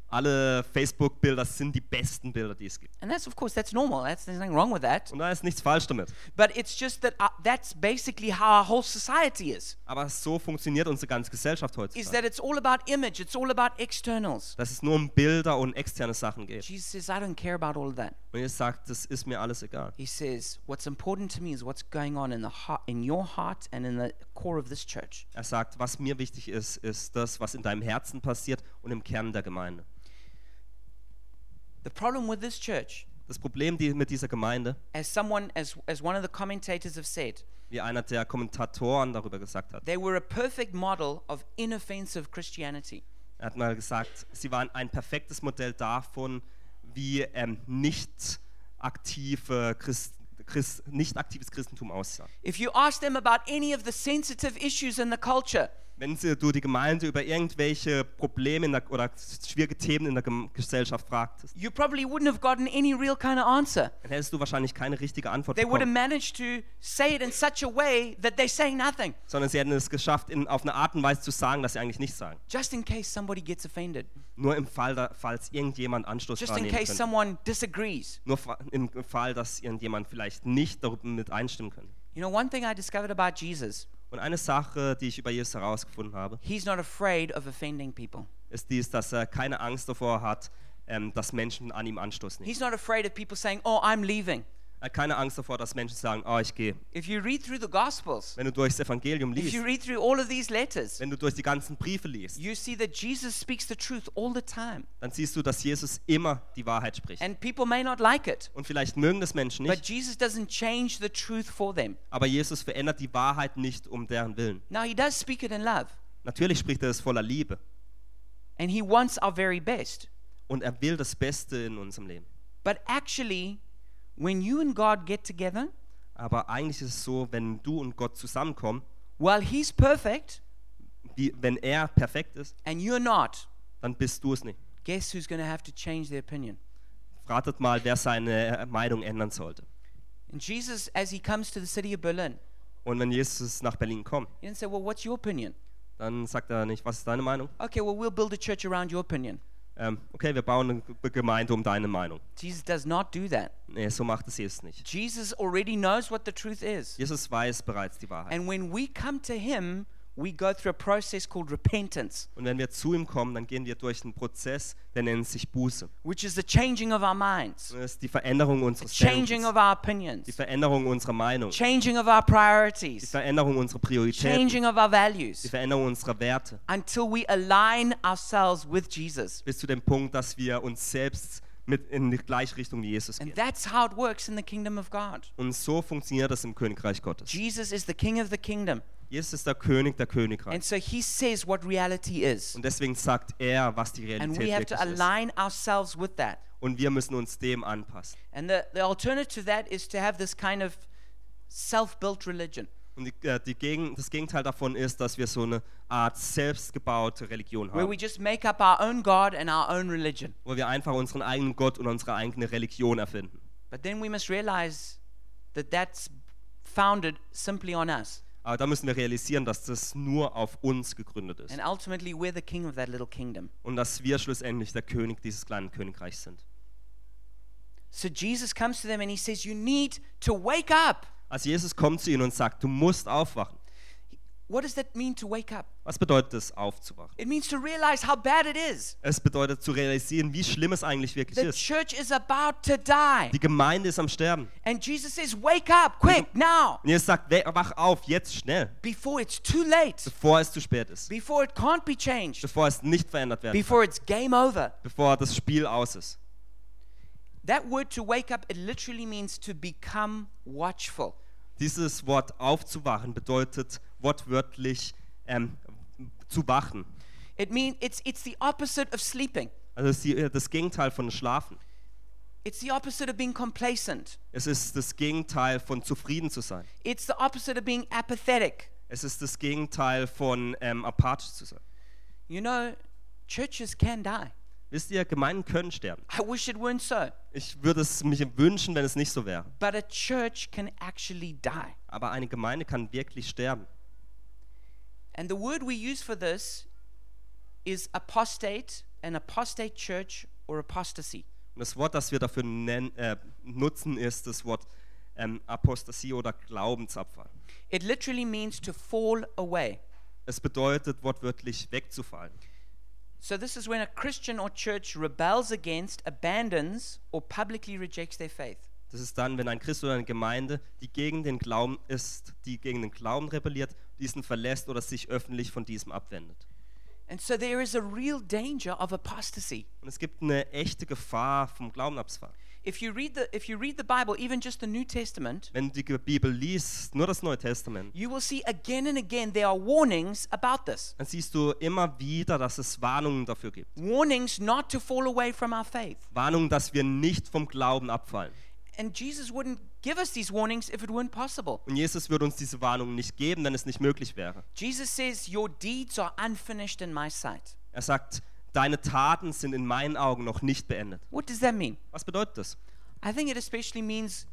S2: alle Facebook-Bilder sind die besten Bilder, die es gibt.
S1: And that's, of course, that's normal. That's, there's nothing wrong with that.
S2: Und da ist nichts falsch damit.
S1: But it's just that uh, that's basically how our whole society is.
S2: Aber so funktioniert unsere ganze Gesellschaft
S1: Is
S2: heutzutage.
S1: that it's all about image, it's all about externals.
S2: Dass es nur um Bilder und externe Sachen geht.
S1: Jesus says, I don't care about all of that.
S2: Und ihr sagt, das ist mir alles egal.
S1: He says, what's important to me is what's going on in the heart, in your heart and in the core of this church.
S2: Er sagt, was mir wichtig ist, ist das, was in deinem Herzen passiert und im Kern der Gemeinde.
S1: The problem with this church,
S2: Das Problem die, mit dieser Gemeinde,
S1: as someone as as one of the commentators have said,
S2: wie einer der Kommentatoren darüber gesagt hat,
S1: they were a perfect model of inoffensive Christianity.
S2: er hat mal gesagt, sie waren ein perfektes Modell davon, wie ähm, nicht, aktive Christ, Christ, nicht aktives Christentum aussah.
S1: If you ask them about any of the sensitive issues in the culture,
S2: Wenn sie, du die Gemeinde über irgendwelche Probleme in der, oder schwierige Themen in der Gem- Gesellschaft fragtest,
S1: you probably wouldn't have gotten any real kind of answer.
S2: dann hättest du wahrscheinlich keine richtige Antwort
S1: They would have
S2: bekommen,
S1: managed to say it in such a way that they're saying nothing,
S2: sondern sie hätten es geschafft, in, auf eine Art und Weise zu sagen, dass sie eigentlich nichts sagen.
S1: just in case somebody gets offended,
S2: Nur im Fall, da, falls irgendjemand Anschluss
S1: just in
S2: wahrnehmen
S1: case
S2: könnte.
S1: someone disagrees.
S2: Nur fa- im Fall, dass irgendjemand vielleicht nicht darüber mit einstimmen könnte.
S1: You know, one thing I discovered about Jesus,
S2: Und eine Sache, die ich über Jesus herausgefunden habe,
S1: he's not afraid of offending people.
S2: ist dies, dass er keine Angst davor hat, ähm, dass Menschen an ihm Anstoß nehmen.
S1: He's not afraid of people saying, Oh, I'm leaving.
S2: Er hat keine Angst davor, dass Menschen sagen, oh, ich gehe.
S1: If you read through the Gospels,
S2: Wenn du durchs Evangelium
S1: if
S2: liest,
S1: you read through all of these letters,
S2: wenn du durch die ganzen Briefe liest,
S1: you see that Jesus speaks the truth all the time.
S2: dann siehst du, dass Jesus immer die Wahrheit spricht.
S1: And people may not like it,
S2: Und vielleicht mögen das Menschen
S1: but
S2: nicht,
S1: Jesus doesn't change the truth for them.
S2: aber Jesus verändert die Wahrheit nicht um deren Willen.
S1: Now, he does speak it in love,
S2: Natürlich spricht er es voller Liebe
S1: and he wants our very best.
S2: und er will das Beste in unserem Leben.
S1: But actually, when you and God get together,
S2: Aber eigentlich ist es so, wenn du und Gott zusammenkommen,
S1: while He's perfect
S2: wie, wenn er perfekt ist,
S1: and you're not,
S2: dann bist du es nicht.
S1: guess who's going to have to change their opinion?
S2: Ratet mal, wer seine Meinung ändern sollte.
S1: And Jesus, as He comes to the city of Berlin,
S2: Und wenn Jesus nach Berlin kommt,
S1: He didn't say, Well, what's your opinion?
S2: dann sagt er nicht, was ist deine Meinung?
S1: Okay, well, we'll build a church around your opinion.
S2: Ähm, okay, wir bauen eine G- Gemeinde um deine Meinung.
S1: Jesus does not do that.
S2: Nee, so macht es Jesus nicht.
S1: Jesus already knows what the truth is.
S2: Jesus weiß bereits die Wahrheit.
S1: And when we come to Him, we go through a process called repentance,
S2: Und wenn wir zu ihm kommen, dann gehen wir durch einen Prozess, der nennt sich Buße.
S1: which is the changing of our minds,
S2: Das ist die Veränderung
S1: the
S2: unseres
S1: changing
S2: Denkens,
S1: of our
S2: die
S1: opinions,
S2: Veränderung unserer Meinung, die
S1: changing of our priorities,
S2: Veränderung unserer Prioritäten,
S1: changing of our
S2: die
S1: values.
S2: Veränderung unserer Werte,
S1: until we align ourselves with Jesus.
S2: bis zu dem Punkt, dass wir uns selbst mit in die gleiche Richtung wie Jesus
S1: And
S2: gehen.
S1: that's how it works in the kingdom of God.
S2: Und so funktioniert das im Königreich Gottes.
S1: Jesus is the king of the kingdom.
S2: Jesus ist der König der
S1: And
S2: Königreich.
S1: so he says what reality is.
S2: Und deswegen sagt er, was die
S1: And
S2: Realität
S1: we have
S2: wirklich
S1: to
S2: ist.
S1: align ourselves with that.
S2: Und wir müssen uns dem anpassen.
S1: And the, the alternative to that is to have this kind of self built religion.
S2: Und die, äh, die Gegen, das Gegenteil davon ist, dass wir so eine Art selbstgebaute Religion
S1: Where
S2: haben.
S1: we just make up our own God and our own religion.
S2: wo wir einfach unseren eigenen Gott und unsere eigene Religion erfinden.
S1: But then we must realize that that's founded simply on us.
S2: Aber da müssen wir realisieren, dass das nur auf uns gegründet ist
S1: And ultimately, we're the king of that little kingdom.
S2: und dass wir schlussendlich der König dieses kleinen Königreichs sind.
S1: So Jesus comes to them and he says, You need to wake up.
S2: Als Also Jesus kommt zu ihnen und sagt, du musst aufwachen.
S1: What does that mean to wake up?
S2: Was bedeutet es, aufzuwachen?
S1: It means to realize how bad it is.
S2: Es bedeutet zu realisieren, wie schlimm es eigentlich wirklich
S1: The
S2: ist.
S1: church is about to die.
S2: Die Gemeinde ist am Sterben.
S1: And Jesus says, Wake up, quick, now,
S2: Und Jesus sagt, "We- wach auf, jetzt schnell,
S1: before it's too late,
S2: bevor es zu spät ist,
S1: before it can't be changed,
S2: bevor es nicht verändert werden,
S1: before it's game over.
S2: bevor das Spiel aus ist.
S1: That word to wake up, it literally means to become watchful.
S2: Dieses Wort aufzuwachen bedeutet wortwörtlich ähm, zu wachen.
S1: It means it's, it's the opposite of sleeping,
S2: Also es ist die, das Gegenteil von Schlafen.
S1: it's the opposite of being complacent,
S2: Es ist das Gegenteil von zufrieden zu sein.
S1: it's the opposite of being apathetic.
S2: Es ist das Gegenteil von ähm, apathisch zu sein.
S1: You know, churches can die.
S2: Wisst ihr, Gemeinden können sterben.
S1: I wish it weren't so,
S2: Ich würde es mich wünschen, wenn es nicht so wäre.
S1: but a church can actually die.
S2: Aber eine Gemeinde kann wirklich sterben.
S1: And the word we use for this is apostate an apostate church or apostasy.
S2: Und das Wort, das wir dafür nennen, äh, nutzen, ist das Wort ähm, Apostasie oder Glaubensabfall.
S1: It literally means to fall away.
S2: Es bedeutet wortwörtlich wegzufallen.
S1: So, this is when a Christian or church rebels against, abandons, or publicly rejects their faith.
S2: Das ist dann, wenn ein Christ oder eine Gemeinde, die gegen den Glauben ist, die gegen den Glauben rebelliert, diesen verlässt oder sich öffentlich von diesem abwendet.
S1: And so, there is a real danger of apostasy.
S2: Und es gibt eine echte Gefahr vom Glaubenabfall.
S1: If you read the, if you read the Bible, even just the New Testament,
S2: Wenn du die Bibel liest, nur das Neue Testament,
S1: you will see again and again there are warnings about this.
S2: dann siehst du immer wieder, dass es Warnungen dafür gibt.
S1: Warnings not to fall away from our faith.
S2: Warnungen, dass wir nicht vom Glauben abfallen.
S1: And Jesus wouldn't give us these warnings if it weren't possible.
S2: Und Jesus würde uns diese Warnungen nicht geben, wenn es nicht möglich wäre.
S1: Jesus says, Your deeds are unfinished in my sight.
S2: Er sagt, deine Taten sind in meinen Augen noch nicht beendet.
S1: What does that mean?
S2: Was bedeutet das?
S1: I think it especially means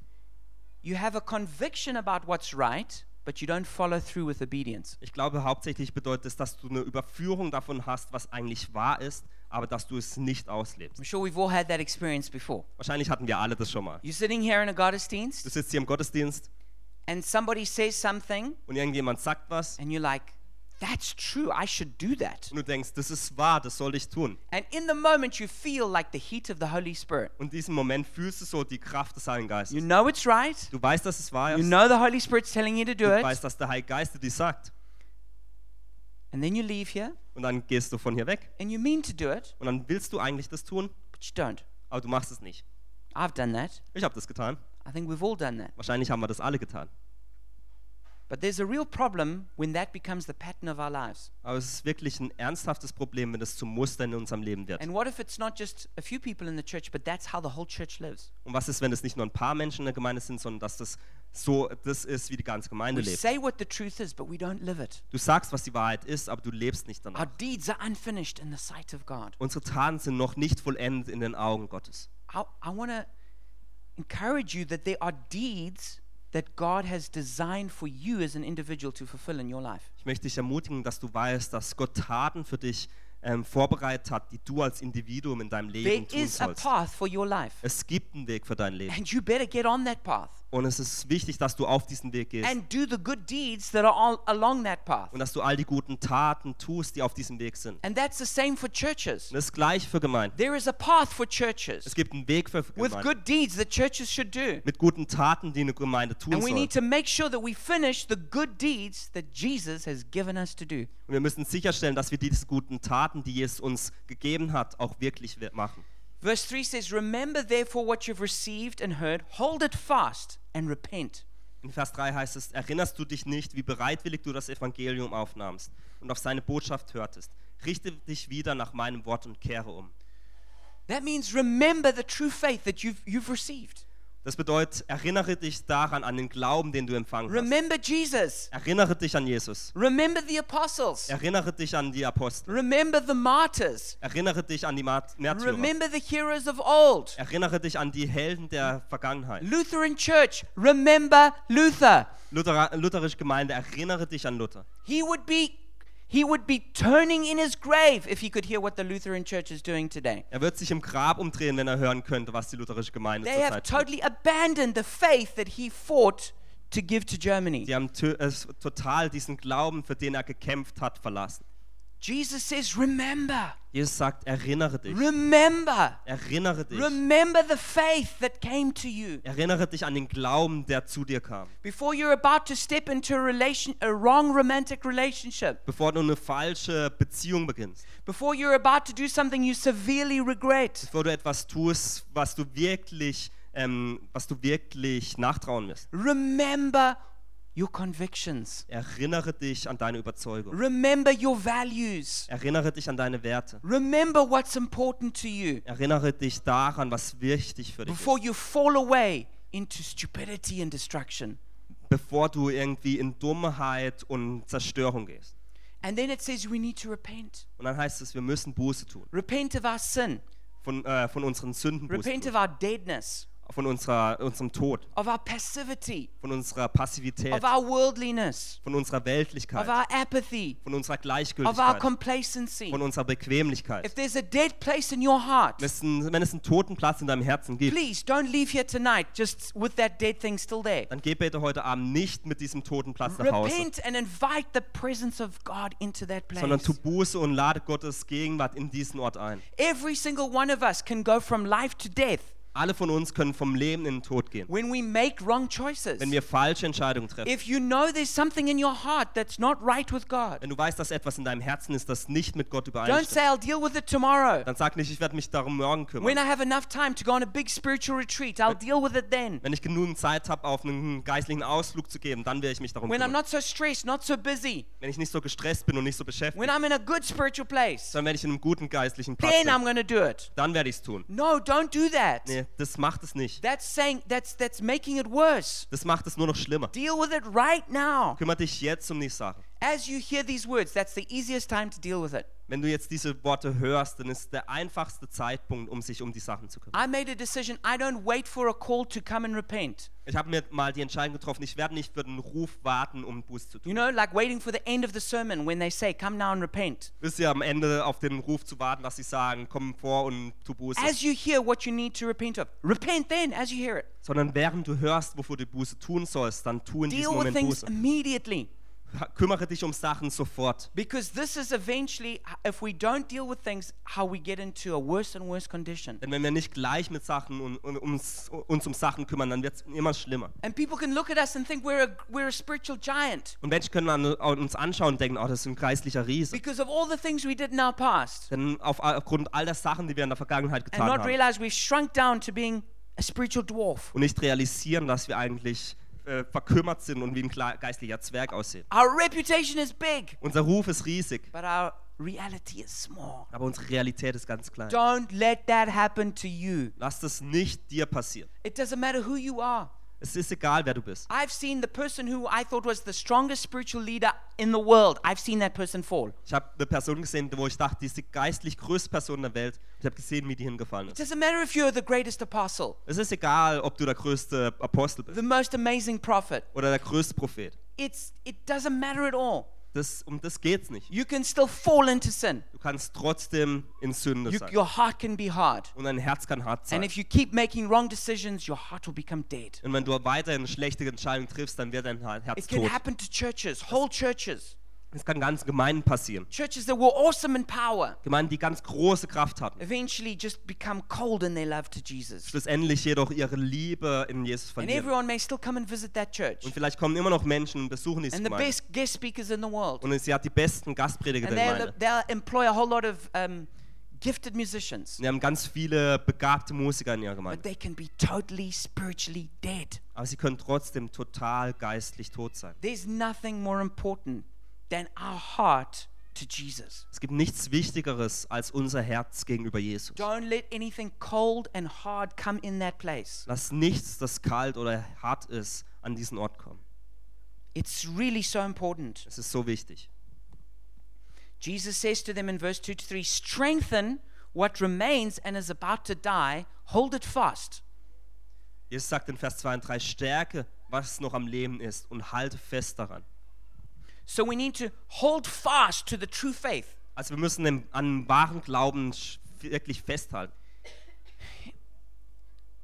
S1: you have a conviction about what's right, but you don't follow through with obedience.
S2: Ich glaube, hauptsächlich bedeutet es, dass du eine Überführung davon hast, was eigentlich wahr ist, aber dass du es nicht auslebst.
S1: I'm sure we've all had that experience before.
S2: Wahrscheinlich hatten wir alle das schon mal.
S1: You're sitting here in a
S2: Du
S1: Gottesdienst,
S2: sitzt hier im Gottesdienst
S1: and somebody says something,
S2: und irgendjemand sagt was
S1: and you're like, That's true, I should do that.
S2: und du denkst, das ist wahr, das soll ich tun.
S1: And in the moment, you feel like the heat of the Holy Spirit.
S2: Und in diesem Moment fühlst du so die Kraft des Heiligen
S1: You
S2: Geistes.
S1: know it's right,
S2: Du weißt, dass es wahr
S1: you
S2: ist.
S1: know the Holy Spirit's telling you to
S2: Du
S1: do it,
S2: weißt, dass der Heilige Geist dir dies sagt.
S1: and then you leave here,
S2: Und dann gehst du von hier weg.
S1: and you mean to do it,
S2: Und dann willst du eigentlich das tun,
S1: but you don't.
S2: aber du machst es nicht.
S1: I've done that.
S2: Ich habe das getan.
S1: I think we've all done that.
S2: Wahrscheinlich haben wir das alle getan.
S1: But there's a real problem when that becomes the pattern of our lives.
S2: Aber es ist wirklich ein ernsthaftes Problem, wenn es zum Muster in unserem Leben wird.
S1: And what if it's not just a few people in the church, but that's how the whole church lives?
S2: Und was ist, wenn es nicht nur ein paar Menschen in der Gemeinde sind, sondern dass das so das ist, wie die ganze Gemeinde
S1: We
S2: lebt?
S1: say what the truth is, but we don't live it.
S2: Du sagst, was die Wahrheit ist, aber du lebst nicht
S1: Our
S2: danach.
S1: deeds are unfinished in the sight of God.
S2: Unsere Taten sind noch nicht vollendet in den Augen Gottes.
S1: I, I want to encourage you that there are deeds that God has designed for you as an individual to fulfill in your life.
S2: Ich möchte dich ermutigen, dass du weißt, dass Gott Taten für dich ähm, vorbereitet hat, die du als Individuum in deinem
S1: There
S2: Leben tun
S1: is a
S2: sollst.
S1: path for your life,
S2: Es gibt einen Weg für dein Leben.
S1: and you better get on that path
S2: Und es ist wichtig, dass du auf diesen Weg gehst.
S1: and do the good deeds that are all along that path.
S2: und dass du all die guten Taten tust, die auf diesem Weg sind. Und
S1: And that's the same for churches.
S2: das gleiche für Gemeinden.
S1: There is a path for
S2: Es
S1: churches
S2: gibt einen Weg für
S1: with
S2: Gemeinden
S1: good deeds that churches should do.
S2: mit guten Taten, die eine Gemeinde tun
S1: And we
S2: soll.
S1: need to make sure that we finish the good deeds that Jesus has given us to do.
S2: Und wir müssen sicherstellen, dass wir diese guten Taten, die Jesus uns gegeben hat, auch wirklich wir- machen.
S1: Verse 3 says, Remember therefore what you've received and heard, hold it fast and repent.
S2: In Vers 3 heißt es, erinnerst du dich nicht, wie bereitwillig du das Evangelium aufnahmst und auf seine Botschaft hörtest. Richte dich wieder nach meinem Wort und kehre um.
S1: That means remember the true faith that you've, you've received.
S2: Das bedeutet, erinnere dich daran, an den Glauben, den du empfangen hast.
S1: Remember Jesus.
S2: Erinnere dich an Jesus.
S1: Remember the apostles.
S2: Erinnere dich an die Apostel.
S1: Remember the martyrs.
S2: Erinnere dich an die Mart- Märtyrer.
S1: Remember the heroes of old.
S2: Erinnere dich an die Helden der Vergangenheit.
S1: Lutheran Church, remember Luther.
S2: Luthera Lutherische Gemeinde, erinnere dich an Luther.
S1: He would be he would be turning in his grave if he could hear what the Lutheran Church is doing today.
S2: Er wird sich im Grab umdrehen, wenn er hören könnte, was die lutherische Gemeinde
S1: They have
S2: zurzeit tut.
S1: totally abandoned the faith that he fought to give to Germany.
S2: Die haben tö- es total diesen Glauben, für den er gekämpft hat, verlassen.
S1: Jesus says, "Remember.
S2: Jesus sagt, erinnere dich.
S1: Remember.
S2: Erinnere dich.
S1: Remember the faith that came to you."
S2: Erinnere dich an den Glauben, der zu dir kam.
S1: Before you're about to step into a relation a wrong romantic relationship,
S2: Bevor du eine falsche Beziehung beginnst.
S1: before you're about to do something you severely regret,
S2: Bevor du etwas tust, was du wirklich, ähm, was du wirklich nachtrauen wirst.
S1: remember your convictions.
S2: Erinnere dich an deine Überzeugung.
S1: Remember your values.
S2: Erinnere dich an deine Werte.
S1: Remember what's important to you
S2: Erinnere dich daran, was wichtig für dich
S1: before
S2: ist,
S1: you fall away into stupidity and destruction.
S2: bevor du irgendwie in Dummheit und Zerstörung gehst.
S1: And then it says we need to repent.
S2: Und dann heißt es, wir müssen Buße tun,
S1: Repent of our sin.
S2: von, äh, von unseren Sünden Buße
S1: Repent
S2: tun,
S1: of our deadness.
S2: von unserer, unserem Tod,
S1: of our passivity,
S2: von unserer Passivität,
S1: of our worldliness,
S2: von unserer
S1: of
S2: Weltlichkeit,
S1: our apathy,
S2: von unserer
S1: of our
S2: Gleichgültigkeit,
S1: complacency.
S2: von unserer Bequemlichkeit.
S1: If there's a dead place in your heart,
S2: Wenn es, einen, wenn es einen toten Platz in deinem Herzen gibt,
S1: please don't leave here tonight just with that dead thing still there.
S2: dann geh bitte heute Abend nicht mit diesem toten Platz nach Hause,
S1: Repent and invite the presence of God into that
S2: sondern tu
S1: place.
S2: Buße und lade Gottes Gegenwart in diesen Ort ein.
S1: Every single one of us can go from life to death
S2: Alle von uns können vom Leben in den Tod gehen,
S1: when we make wrong choices.
S2: wenn wir falsche Entscheidungen treffen.
S1: If you know there's something in your heart that's not right with God,
S2: Wenn du weißt, dass etwas in deinem Herzen ist, das nicht mit Gott
S1: don't
S2: übereinstimmt,
S1: say, I'll deal with it tomorrow.
S2: dann sag nicht, ich werde mich darum morgen
S1: When
S2: kümmern.
S1: I have enough time to go on a big spiritual retreat, I'll deal with it then.
S2: Wenn ich genügend Zeit habe, auf einen geistlichen Ausflug zu geben, dann werde ich mich darum
S1: When I'm
S2: kümmern.
S1: not so stressed, not so busy,
S2: Wenn ich nicht so gestresst bin und nicht so beschäftigt,
S1: when I'm in a good spiritual place,
S2: dann werde ich in einem guten geistlichen Platz
S1: then I'm
S2: sein.
S1: going to do it.
S2: Dann werde ich es tun.
S1: No, don't do that.
S2: Nee, das macht es nicht.
S1: That's saying that's that's making it worse.
S2: Das macht es nur noch schlimmer.
S1: Deal with it right now.
S2: Kümmere dich jetzt um die Sache.
S1: As you hear these words, that's the easiest time to deal with it.
S2: Wenn du jetzt diese Worte hörst, dann ist der einfachste Zeitpunkt, um sich um die Sachen zu kümmern.
S1: I made a decision. I don't wait for a call to come and repent.
S2: Ich habe mir mal die Entscheidung getroffen, ich werde nicht für den Ruf warten, um Buß zu
S1: You
S2: tun.
S1: know, like waiting for the end of the sermon when they say, "Come now and repent."
S2: Wisst ihr, am Ende auf den Ruf zu warten, dass sie sagen, komm vor und tu Buße.
S1: As you hear what you need to repent of, repent then as you hear it.
S2: Sondern während du hörst, wofür du Buße tun sollst, dann tu in diesem
S1: Deal with
S2: Moment
S1: things
S2: Buße.
S1: immediately
S2: Ha- Kümmere dich um Sachen sofort.
S1: because this is eventually if we don't deal with things how we get into a worse and worse condition.
S2: Denn wenn wir nicht gleich mit Sachen und, und uns, uns um Sachen kümmern, dann wird es immer schlimmer.
S1: And people can look at us and think we're a, we're a spiritual giant.
S2: Und Menschen können an, an uns anschauen und denken, oh, das ist ein geistlicher Riese.
S1: because of all the things we did in our past
S2: Denn auf, aufgrund all der Sachen, die wir in der Vergangenheit
S1: and
S2: getan
S1: not
S2: haben.
S1: realize we've shrunk down to being a spiritual dwarf.
S2: Und nicht realisieren, dass wir eigentlich äh, verkümmert sind und wie ein kle- geistlicher Zwerg aussehen.
S1: Our reputation is big,
S2: Unser Ruf ist riesig,
S1: but our reality is small.
S2: aber unsere Realität ist ganz klein.
S1: Don't let that happen to you.
S2: Lass das nicht dir passieren.
S1: It doesn't matter who you are.
S2: Es ist egal, wer du bist.
S1: I've seen the person who I thought was the strongest spiritual leader in the world. I've seen that person fall.
S2: Ich habe eine Person gesehen, wo ich dachte, die ist die geistlich größte Person der Welt. Ich habe gesehen, wie die hingefallen
S1: It
S2: ist.
S1: doesn't matter if you're the greatest apostle,
S2: Es ist egal, ob du der größte Apostel bist
S1: the most amazing prophet.
S2: oder der größte Prophet.
S1: It's it doesn't matter at all.
S2: Das, um das geht's nicht.
S1: You can still fall into sin.
S2: Du kannst trotzdem in Sünde
S1: You,
S2: sein.
S1: your heart can be hard.
S2: Und dein Herz kann hart
S1: And
S2: sein.
S1: if you keep making wrong decisions, your heart will become dead.
S2: Und wenn du weiterhin schlechte Entscheidungen triffst, dann wird dein Herz
S1: It can
S2: tot.
S1: happen to churches, whole churches,
S2: Das kann ganz Gemeinden passieren.
S1: churches that were awesome in power,
S2: Gemeinden, die ganz große Kraft hatten.
S1: eventually just become cold in their love to Jesus.
S2: Schlussendlich jedoch ihre Liebe in Jesus
S1: And
S2: verlieren.
S1: everyone may still come and visit that church.
S2: Und vielleicht kommen immer noch Menschen und besuchen diese
S1: And the
S2: Gemeinde.
S1: best guest speakers in the world.
S2: Und sie hat die besten Gastprediger
S1: And
S2: der
S1: they'll,
S2: Gemeinde.
S1: they'll employ a whole lot of um, gifted musicians.
S2: Sie haben ganz viele begabte Musiker in ihrer
S1: But
S2: Gemeinde.
S1: they can be totally spiritually dead.
S2: Aber sie können trotzdem total geistlich tot sein.
S1: There's nothing more important than our heart to Jesus.
S2: Es gibt nichts Wichtigeres als unser Herz gegenüber Jesus.
S1: Don't let anything cold and hard come in that place.
S2: Lass nichts, das kalt oder hart ist, an diesen Ort kommen.
S1: It's really so important.
S2: Es ist so wichtig.
S1: Jesus says to them in verse 2 to 3 Strengthen what remains and is about to die, hold it fast.
S2: Jesus sagt in Vers 2 und 3, stärke, was noch am Leben ist und halte fest daran.
S1: So we need to hold fast to the true faith.
S2: Also wir müssen dem, an dem wahren Glauben sch- wirklich festhalten.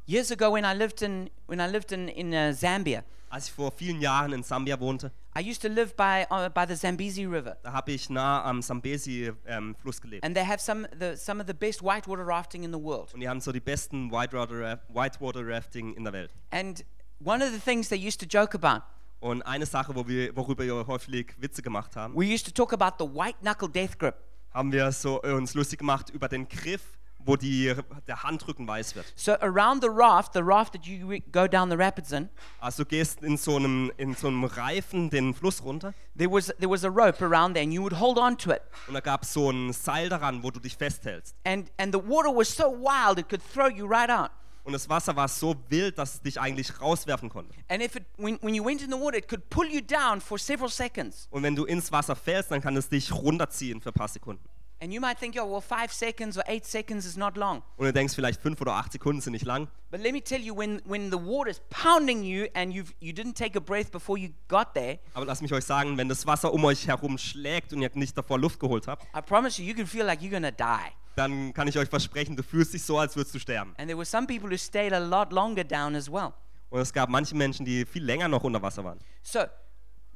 S1: Years ago, when I lived in, when I lived in, in uh, Zambia,
S2: Als ich vor vielen Jahren in Sambia wohnte,
S1: I used to live by, uh, by the Zambezi River.
S2: da habe ich nah am Sambesi-Fluss gelebt.
S1: And they have some, the, some of the best whitewater rafting in the world.
S2: Und die haben so die besten Whitewater, Raf- Whitewater Rafting in der Welt.
S1: And one of the things they used to joke about,
S2: Und eine Sache, wo wir, worüber wir häufig Witze gemacht haben,
S1: we used to talk about the white knuckle death grip.
S2: haben wir so äh, uns lustig gemacht über den Griff, wo die, der Handrücken weiß wird.
S1: So around the raft, the raft that you re- go down the rapids in,
S2: Also du gehst in so einem in so einem Reifen den Fluss runter
S1: there was there was a rope around there and you would hold on to it
S2: und da gab es so ein Seil daran, wo du dich festhältst.
S1: and and the water was so wild it could throw you right out
S2: Und das Wasser war so wild, dass es dich eigentlich rauswerfen konnte.
S1: and if it when, when you went in the water it could pull you down for several seconds
S2: Und wenn du ins Wasser fällst, dann kann es dich runterziehen für ein paar Sekunden.
S1: And you might think, yo, well, five seconds or eight seconds is not long.
S2: Und du denkst vielleicht fünf oder acht Sekunden sind nicht lang.
S1: But let me tell you, when, when the water is pounding you and you've, you didn't take a breath before you got there,
S2: Aber lasst mich euch sagen, wenn das Wasser um euch herum schlägt und ihr nicht davor Luft geholt habt,
S1: I promise you, you can feel like you're going to die.
S2: dann kann ich euch versprechen, du fühlst dich so, als würdest du sterben.
S1: And there were some people who stayed a lot longer down as well.
S2: Und es gab manche Menschen, die viel länger noch unter Wasser waren.
S1: So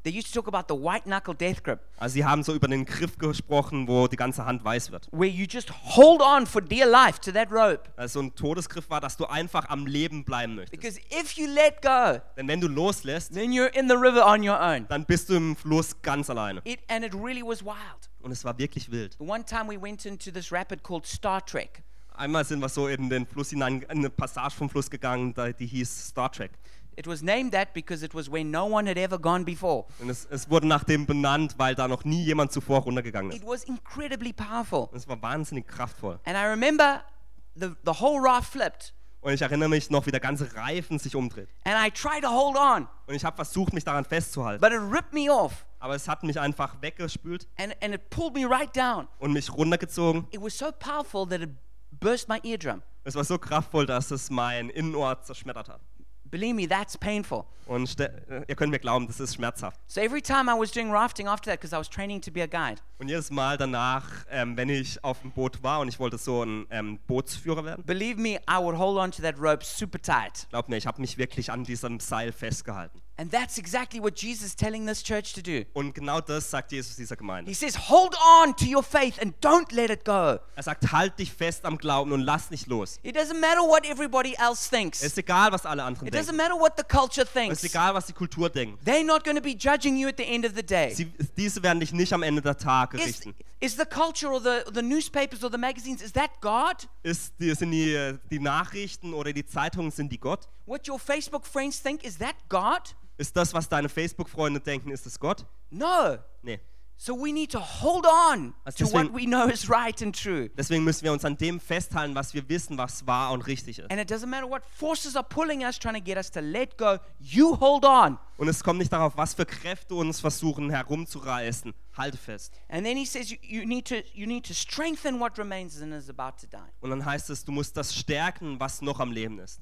S1: they used to talk about the white knuckle death grip,
S2: Also sie haben so über den Griff gesprochen, wo die ganze Hand weiß wird.
S1: where you just hold on for dear life to that rope.
S2: Also so ein Todesgriff war, dass du einfach am Leben bleiben möchtest.
S1: Because if you let go,
S2: Denn wenn du loslässt,
S1: then you're in the river on your own.
S2: dann bist du im Fluss ganz alleine.
S1: It, and it really was wild.
S2: Und es war wirklich wild.
S1: The one time we went into this rapid called Star Trek.
S2: Einmal sind wir so in den Fluss hinein, in eine Passage vom Fluss gegangen, da- die hieß Star Trek.
S1: It was named that because it was where no one had ever gone before.
S2: Und es, es wurde nach dem benannt, weil da noch nie jemand zuvor runtergegangen ist.
S1: It was incredibly powerful.
S2: Und es war wahnsinnig kraftvoll.
S1: And I remember the, the whole raft flipped,
S2: Und ich erinnere mich noch, wie der ganze Reifen sich umdreht.
S1: and I tried to hold on,
S2: Und ich habe versucht, mich daran festzuhalten.
S1: but it ripped me off
S2: Aber es hat mich einfach weggespült
S1: and, and it pulled me right down.
S2: und mich runtergezogen.
S1: It was so powerful that it burst my eardrum.
S2: Es war so kraftvoll, dass es mein Innenohr zerschmettert hat.
S1: Believe me, that's painful.
S2: Und ste- äh, ihr könnt mir glauben, das ist schmerzhaft.
S1: So every time I was doing rafting after that, because I was training to be a guide,
S2: Und jedes Mal danach, ähm, wenn ich auf dem Boot war und ich wollte so ein ähm, Bootsführer werden,
S1: believe me, I would hold on to that rope super tight.
S2: glaubt mir, ich habe mich wirklich an diesem Seil festgehalten.
S1: And that's exactly what Jesus is telling this church to do.
S2: Und genau das sagt Jesus dieser Gemeinde.
S1: He says, hold on to your faith and don't let it go.
S2: Er sagt, halt dich fest am Glauben und lass nicht los.
S1: It doesn't matter what everybody else
S2: Es
S1: thinks.
S2: ist egal, was alle anderen
S1: It
S2: denken.
S1: doesn't matter what the culture
S2: Es ist
S1: thinks.
S2: egal, was die Kultur denkt.
S1: They're not going to be judging you at the end of the day.
S2: Sie, diese werden dich nicht am Ende der Tage
S1: Is,
S2: richten.
S1: is the culture or the, the newspapers or the magazines, is that God?
S2: Ist, die, sind die, die Nachrichten oder die Zeitungen, sind die Gott?
S1: What your Facebook friends think, is that God?
S2: Ist das, was deine Facebook-Freunde denken, ist es Gott?
S1: No.
S2: Nee.
S1: So we need to hold on
S2: Als
S1: to what
S2: deswegen-
S1: we know is right and true.
S2: Deswegen müssen wir uns an dem festhalten, was wir wissen, was wahr und richtig ist.
S1: And it doesn't matter what forces are pulling us, trying to get us to let go. You hold on.
S2: Und es kommt nicht darauf, was für Kräfte uns versuchen herumzureißen. Halte fest.
S1: And then he says, you, you, need to, you need to strengthen what remains and is about to die.
S2: Und dann heißt es, du musst das stärken, was noch am Leben ist.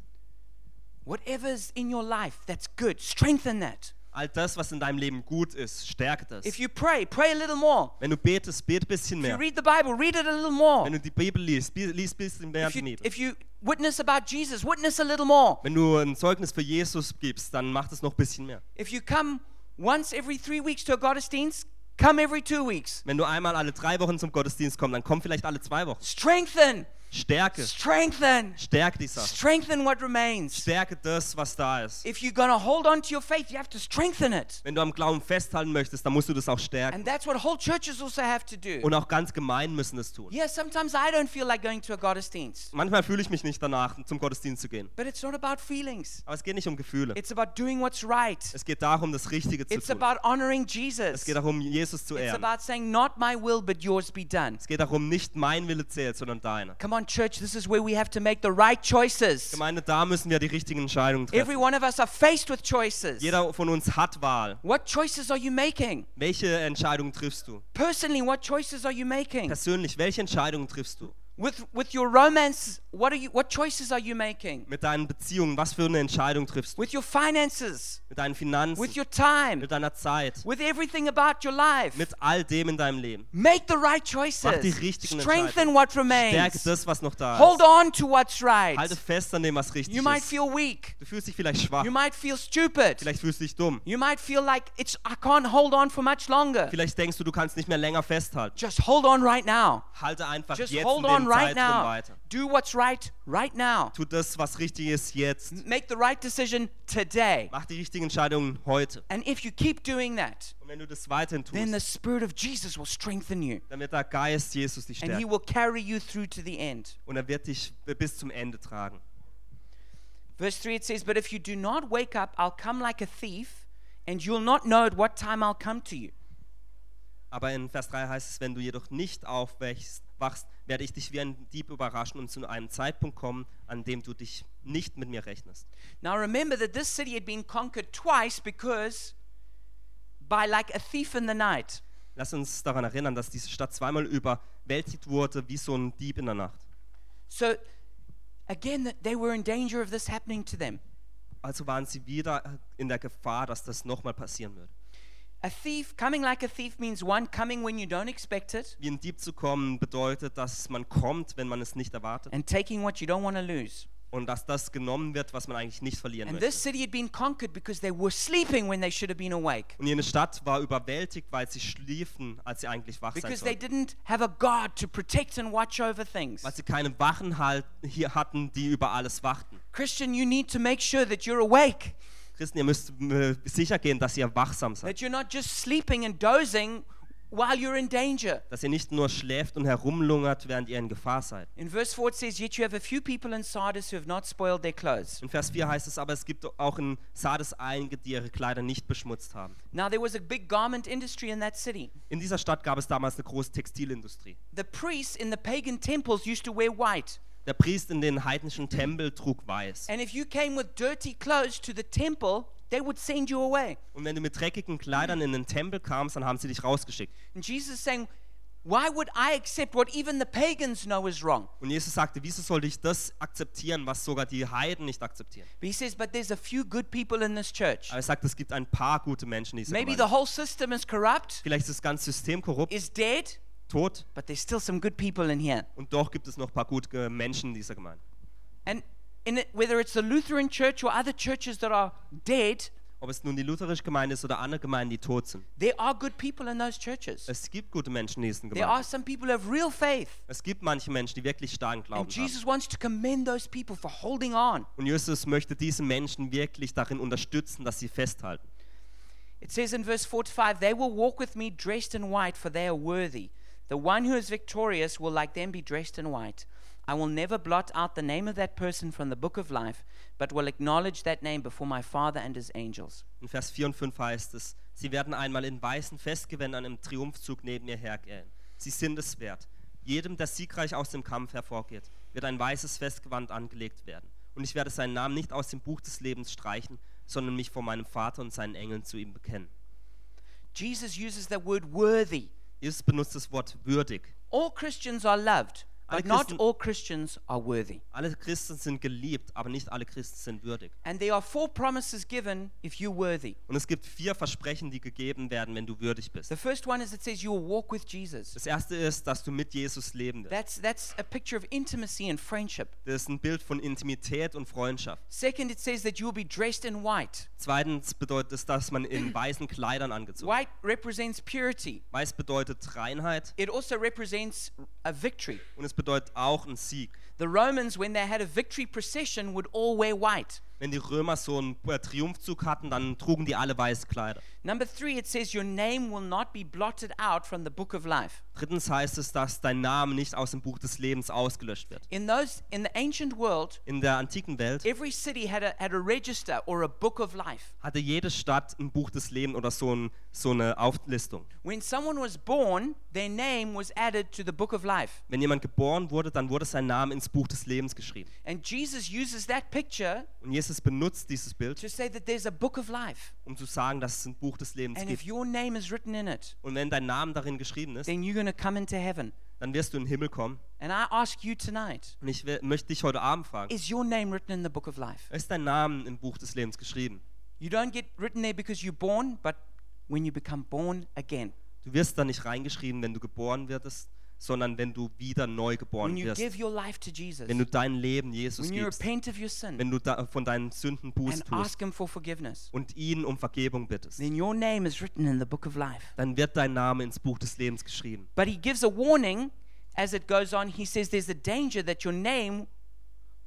S1: Whatever's in your life that's good, strengthen that.
S2: All das, was in deinem Leben gut ist, stärke das.
S1: If you pray, pray a little more.
S2: Wenn du betest, bete ein bisschen
S1: If you
S2: mehr.
S1: read the Bible, read it a little more.
S2: Wenn du die Bibel liest, bi- lies ein bisschen mehr
S1: If
S2: die
S1: you,
S2: Bibel.
S1: if you witness about Jesus, witness a little more.
S2: Wenn du ein Zeugnis für Jesus gibst, dann mach das noch ein bisschen mehr.
S1: If you come once every three weeks to a Gottesdienst, come every two weeks.
S2: Wenn du einmal alle drei Wochen zum Gottesdienst kommst, dann komm vielleicht alle zwei Wochen.
S1: Strengthen,
S2: Stärke.
S1: strengthen,
S2: Stärke die Sache.
S1: strengthen what remains.
S2: Stärke das, was da ist.
S1: If you're going to hold on to your faith, you have to strengthen it.
S2: Wenn du am Glauben festhalten möchtest, dann musst du das auch stärken.
S1: And that's what whole churches also have to do.
S2: Und auch ganz gemein müssen das tun.
S1: Yeah, sometimes I don't feel like going to a Gottesdienst,
S2: Manchmal fühle ich mich nicht danach, zum Gottesdienst zu gehen.
S1: but it's not about feelings.
S2: Aber es geht nicht um Gefühle.
S1: It's about doing what's right.
S2: Es geht darum, das Richtige zu
S1: It's
S2: tun.
S1: about honoring
S2: Es
S1: Jesus.
S2: geht darum, Jesus zu
S1: It's
S2: ehren.
S1: about saying, Not my will, but yours be done.
S2: Es geht darum, nicht mein Wille zählt, sondern deiner.
S1: Come on, church, this is where we have to make the right choices.
S2: Gemeinde, da müssen wir die richtigen Entscheidungen
S1: Every
S2: treffen.
S1: one of us are faced with choices.
S2: Jeder von uns hat Wahl.
S1: What choices are you making?
S2: Welche Entscheidung triffst du?
S1: Personally, what choices are you making?
S2: Persönlich, welche Entscheidung triffst du?
S1: With with your romance, what are you what choices are you making?
S2: Mit deinen Beziehungen, was für eine Entscheidung triffst du?
S1: With your finances,
S2: Mit deinen Finanzen,
S1: with your time,
S2: mit deiner Zeit,
S1: with everything about your life.
S2: mit all dem in deinem Leben.
S1: Make the right
S2: Mach die
S1: choices.
S2: richtigen
S1: Strengthen
S2: Entscheidungen.
S1: what
S2: Stärke
S1: remains.
S2: das, was noch da
S1: Hold
S2: ist.
S1: on to what's right.
S2: Halte fest an dem, was richtig
S1: You might
S2: ist.
S1: feel weak.
S2: Du fühlst dich vielleicht schwach,
S1: You might feel stupid.
S2: vielleicht fühlst du dich dumm,
S1: You might feel like it's I can't hold on for much longer.
S2: vielleicht denkst du, du kannst nicht mehr länger festhalten.
S1: Just hold on right now.
S2: Halte einfach
S1: Just
S2: jetzt in
S1: hold
S2: dem
S1: on
S2: Zeitraum
S1: right now.
S2: weiter.
S1: Do what's right right now.
S2: Tu das, was richtig ist jetzt.
S1: Make the right decision today.
S2: Mach die richtigen Entscheidungen heute.
S1: And if you keep doing that,
S2: Und wenn du das weiterhin
S1: then the
S2: tust,
S1: spirit of Jesus will strengthen you
S2: dann wird der Geist Jesus dich
S1: and he
S2: stärken.
S1: will carry you through to the end.
S2: Und er wird dich bis zum Ende tragen.
S1: Verse 3 it says, But if you do not wake up, I'll come like a thief, and you'll not know at what time I'll come to you.
S2: Aber in Vers 3 heißt es, wenn du jedoch nicht aufwachst, wachst, werde ich dich wie ein Dieb überraschen und zu einem Zeitpunkt kommen, an dem du dich nicht mit mir rechnest.
S1: Now remember that this city had been conquered twice because by like a thief in the night.
S2: Lass uns daran erinnern, dass diese Stadt zweimal überwältigt wurde, wie so ein Dieb in der Nacht.
S1: So, again, th- they were in danger of this happening to them.
S2: Also waren sie wieder in der Gefahr, dass das nochmal passieren wird.
S1: A thief, coming like a thief means one, coming when you don't expect it
S2: Wie ein Dieb zu kommen bedeutet, dass man kommt, wenn man es nicht erwartet
S1: and taking what you don't want to lose.
S2: und dass das genommen wird, was man eigentlich nicht verlieren
S1: And
S2: möchte.
S1: this city had been conquered because they were sleeping when they should have been awake.
S2: Und jene Stadt war überwältigt, weil sie schliefen, als sie eigentlich wach sein
S1: Because they
S2: sollten.
S1: didn't have a guard to protect and watch over things.
S2: Weil sie keine Wachen halt hier hatten, die über alles wachten.
S1: Christian, you need to make sure that you're awake,
S2: Christen, ihr müsst äh, sicher gehen, dass ihr wachsam seid.
S1: that you're not just sleeping and dozing while you're in danger.
S2: Dass ihr nicht nur schläft und herumlungert, während ihr in Gefahr seid.
S1: In verse 4, it says, Yet you have a few people in Sardis who have not spoiled their clothes.
S2: In Vers 4 heißt es aber, es gibt auch in Sardes einige, die ihre Kleider nicht beschmutzt haben.
S1: Now, there was a big garment industry in that city.
S2: In dieser Stadt gab es damals eine große Textilindustrie.
S1: The priests in the pagan temples used to wear white.
S2: Der Priest in den heidnischen Tempel trug weiß.
S1: And if you came with dirty clothes to the temple, they would send you away.
S2: Und wenn du mit dreckigen Kleidern in den Tempel kamst, dann haben sie dich rausgeschickt.
S1: And Jesus is saying, Why would I accept what even the pagans know is wrong?
S2: Und Jesus sagte, wieso sollte ich das akzeptieren, was sogar die Heiden nicht akzeptieren?
S1: But he says, But there's a few good people in this church.
S2: Aber er sagt, es gibt ein paar gute Menschen in dieser
S1: Maybe the
S2: Gemeinde.
S1: whole system is corrupt,
S2: Vielleicht ist das ganze System korrupt,
S1: is dead,
S2: tot,
S1: but there's still some good people in here.
S2: und doch gibt es noch ein paar gute äh, Menschen in dieser Gemeinde.
S1: And in it, whether it's the Lutheran church or other churches that are dead,
S2: Ob es nun die lutherische Gemeinde ist oder andere Gemeinden, die tot sind.
S1: there are good people in those churches.
S2: Es gibt gute Menschen in diesen
S1: There are
S2: Gemeinden.
S1: some people who have real faith.
S2: Es gibt manche Menschen, die wirklich starken Glauben
S1: And
S2: haben.
S1: Jesus wants to commend those people for holding on.
S2: Und Jesus möchte diese Menschen wirklich darin unterstützen, dass sie festhalten.
S1: It says in verse 4 to 5, They will walk with me dressed in white, for they are worthy. The one who is victorious will like them be dressed in white. I will never blot out the name of that person from the book of life, but will acknowledge that name before my Father and his angels.
S2: In Vers 4 und 5 heißt es, sie werden einmal in weißen Festgewändern im Triumphzug neben mir hergehen. Sie sind es wert. Jedem, der siegreich aus dem Kampf hervorgeht, wird ein weißes Festgewand angelegt werden. Und ich werde seinen Namen nicht aus dem Buch des Lebens streichen, sondern mich vor meinem Vater und seinen Engeln zu ihm bekennen.
S1: Jesus uses the word worthy.
S2: Jesus benutzt das Wort würdig.
S1: All Christians are loved,
S2: Alle
S1: but not
S2: Christen-
S1: all Christians are worthy.
S2: Alle Christen sind geliebt, aber nicht alle Christen sind würdig.
S1: And there are four promises given if you're worthy.
S2: Und es gibt vier Versprechen, die gegeben werden, wenn du würdig bist.
S1: The first one is it says you will walk with Jesus.
S2: Das erste ist, dass du mit Jesus leben wirst.
S1: That's, that's a picture of intimacy and friendship.
S2: Das ist ein Bild von Intimität und Freundschaft.
S1: Second, it says that you will be dressed in white.
S2: Zweitens bedeutet es, dass man in weißen Kleidern angezogen ist.
S1: White represents purity.
S2: Weiß bedeutet Reinheit
S1: It also represents a victory.
S2: und es bedeutet auch einen Sieg.
S1: The Romans, when they had a victory procession, would all wear white.
S2: Wenn die Römer so einen äh, Triumphzug hatten, dann trugen die alle weiße Kleider.
S1: Number three, it says your name will not be blotted out from the book of life.
S2: Drittens heißt es, dass dein Name nicht aus dem Buch des Lebens ausgelöscht wird.
S1: In those, in the ancient world,
S2: In der antiken Welt
S1: every city had a, had a register or a book of life.
S2: hatte jede Stadt ein Buch des Lebens oder so, ein, so eine Auflistung.
S1: When someone was born, their name was added to the book of life.
S2: Wenn jemand geboren wurde, dann wurde sein Name ins Buch des Lebens geschrieben.
S1: And Jesus uses that picture
S2: Und Jesus benutzt dieses Bild,
S1: to say that there's a book of life.
S2: um zu sagen, dass es ein Buch des Lebens
S1: And if
S2: gibt.
S1: your name is written in it,
S2: Und wenn dein Name darin geschrieben ist,
S1: then you're going to come into heaven.
S2: dann wirst du in den Himmel kommen.
S1: And I ask you tonight
S2: Und ich we- möchte dich heute Abend fragen,
S1: is your name written in the book of life?
S2: ist dein Name im Buch des Lebens geschrieben?
S1: You don't get written there because you're born, but when you become born again.
S2: Du wirst da nicht reingeschrieben, wenn du geboren wirst, sondern wenn du wieder neu geboren
S1: When you give
S2: wirst.
S1: your life to Jesus,
S2: Wenn du dein Leben Jesus
S1: when you
S2: gibst,
S1: repent of your sin
S2: wenn du da äh, von deinen Sünden Buß
S1: and
S2: tust
S1: ask Him for forgiveness,
S2: und ihn um Vergebung bittest,
S1: then your name is written in the book of life.
S2: dann wird dein Name ins Buch des Lebens geschrieben.
S1: But He gives a warning as it goes on. He says there's a danger that your name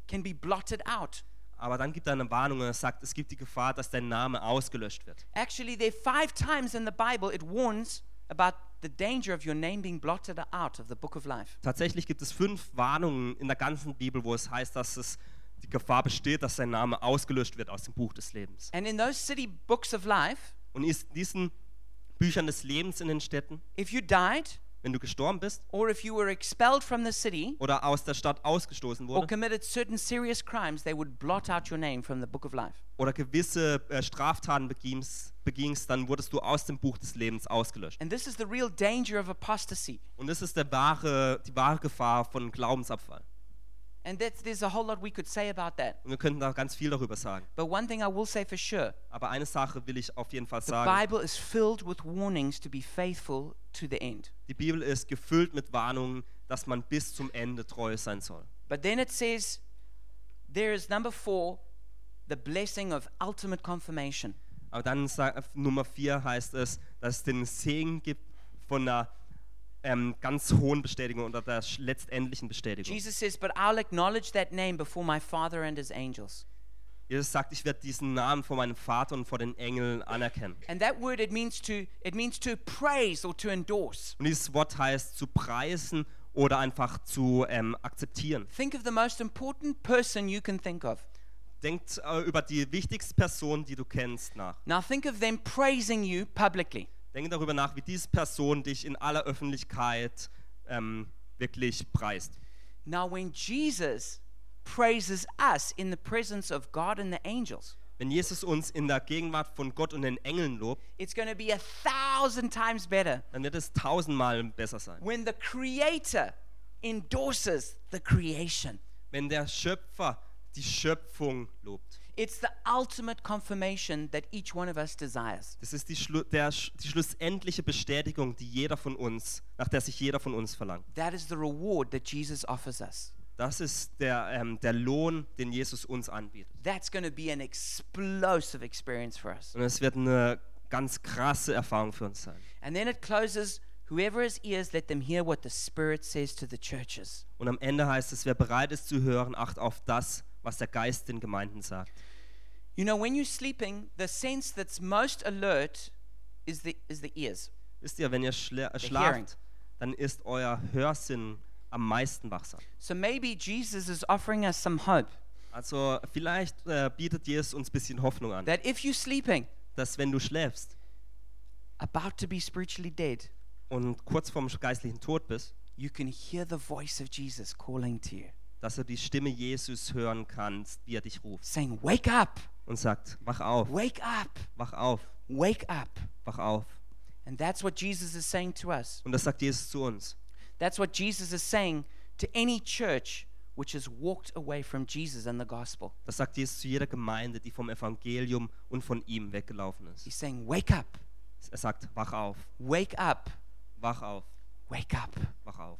S1: can be blotted out.
S2: Aber dann gibt er eine Warnung und er sagt, es gibt die Gefahr, dass dein Name ausgelöscht wird.
S1: Actually, there are five times in the Bible it warns about the danger of your name being blotted out of the book of life.
S2: Tatsächlich gibt es fünf Warnungen in der ganzen Bibel, wo es heißt, dass es die Gefahr besteht, dass dein Name ausgelöscht wird aus dem Buch des Lebens.
S1: And in those city books of life,
S2: Und in diesen Büchern des Lebens in den Städten,
S1: if you died
S2: wenn du gestorben bist
S1: or if you were expelled from the city
S2: oder aus der Stadt ausgestoßen
S1: or
S2: wurde
S1: committed certain serious crimes, they would blot out your name from the book of life.
S2: oder gewisse äh, Straftaten begingst, begingst, dann wurdest du aus dem Buch des Lebens ausgelöscht.
S1: And this is the real danger of apostasy.
S2: Und das ist der wahre, die wahre Gefahr von Glaubensabfall.
S1: And that's, there's a whole lot we could say about that.
S2: Und wir könnten da ganz viel darüber sagen.
S1: But one thing I will say for sure
S2: Aber eine Sache will ich auf jeden Fall
S1: the
S2: sagen.
S1: Bible is filled with warnings to be faithful to the end.
S2: Die Bibel ist gefüllt mit Warnungen, dass man bis zum Ende treu sein soll.
S1: But then it says there is number four, the blessing of ultimate confirmation.
S2: Aber dann sa- äh, Nummer 4 heißt es, dass es den Segen gibt von einer ähm, ganz hohen Bestätigung oder der sch- letztendlichen Bestätigung.
S1: Jesus says, But I'll acknowledge that name before my Father and his angels.
S2: Jesus sagt, ich werde diesen Namen vor meinem Vater und vor den Engeln anerkennen.
S1: And that word it means to it means to praise or to endorse.
S2: Und dieses Wort heißt zu preisen oder einfach zu ähm, akzeptieren.
S1: Think of the most important person you can think of.
S2: Denkt äh, über die wichtigste Person, die du kennst, nach.
S1: Now think of them praising you publicly.
S2: Denke darüber nach, wie diese Person dich in aller Öffentlichkeit ähm, wirklich preist.
S1: Now when Jesus praises us in the presence of God and the angels,
S2: Wenn Jesus uns in der Gegenwart von Gott und den Engeln lobt,
S1: it's going to be a thousand times better
S2: dann wird es tausendmal besser sein.
S1: when the creator endorses the creation.
S2: Wenn der Schöpfer die Schöpfung lobt.
S1: It's the ultimate confirmation that each one of us desires.
S2: Das ist die, Schlu der, Sch- die schlussendliche Bestätigung, die jeder von uns, nach der sich jeder von uns verlangt.
S1: That is the reward that Jesus offers us.
S2: Das ist der, ähm, der Lohn, den Jesus uns anbietet.
S1: That's going to be an explosive experience for us.
S2: Und es wird eine ganz krasse Erfahrung für uns sein.
S1: And then it closes whoever has ears, let them hear what the Spirit says to the churches.
S2: Und am Ende heißt es, wer bereit ist zu hören, acht auf das, was der Geist den Gemeinden sagt.
S1: You know, when you're sleeping, the sense that's most alert is the, is the ears.
S2: Wisst ihr, wenn ihr schla
S1: The hearing.
S2: schlaft, dann ist euer Hörsinn am meisten wachsam.
S1: So maybe Jesus is offering us some hope
S2: Also vielleicht äh, bietet Jesus uns ein bisschen Hoffnung an,
S1: that if you're sleeping,
S2: dass wenn du schläfst
S1: about to be spiritually dead,
S2: und kurz vorm geistlichen Tod bist,
S1: you can hear the voice of Jesus calling to you,
S2: dass du die Stimme Jesus hören kannst, wie er dich ruft
S1: saying, Wake up,
S2: und sagt, wach auf,
S1: wake up,
S2: wach auf,
S1: wake up.
S2: wach auf.
S1: And that's what Jesus is saying to us.
S2: Und das sagt Jesus zu uns.
S1: That's what Jesus is saying to any church which has walked away from Jesus and the gospel.
S2: Das sagt Jesus zu jeder Gemeinde, die vom Evangelium und von ihm weggelaufen ist.
S1: He's saying, Wake up,
S2: Er sagt, wach auf,
S1: wake up,
S2: wach auf,
S1: wake up.
S2: wach auf.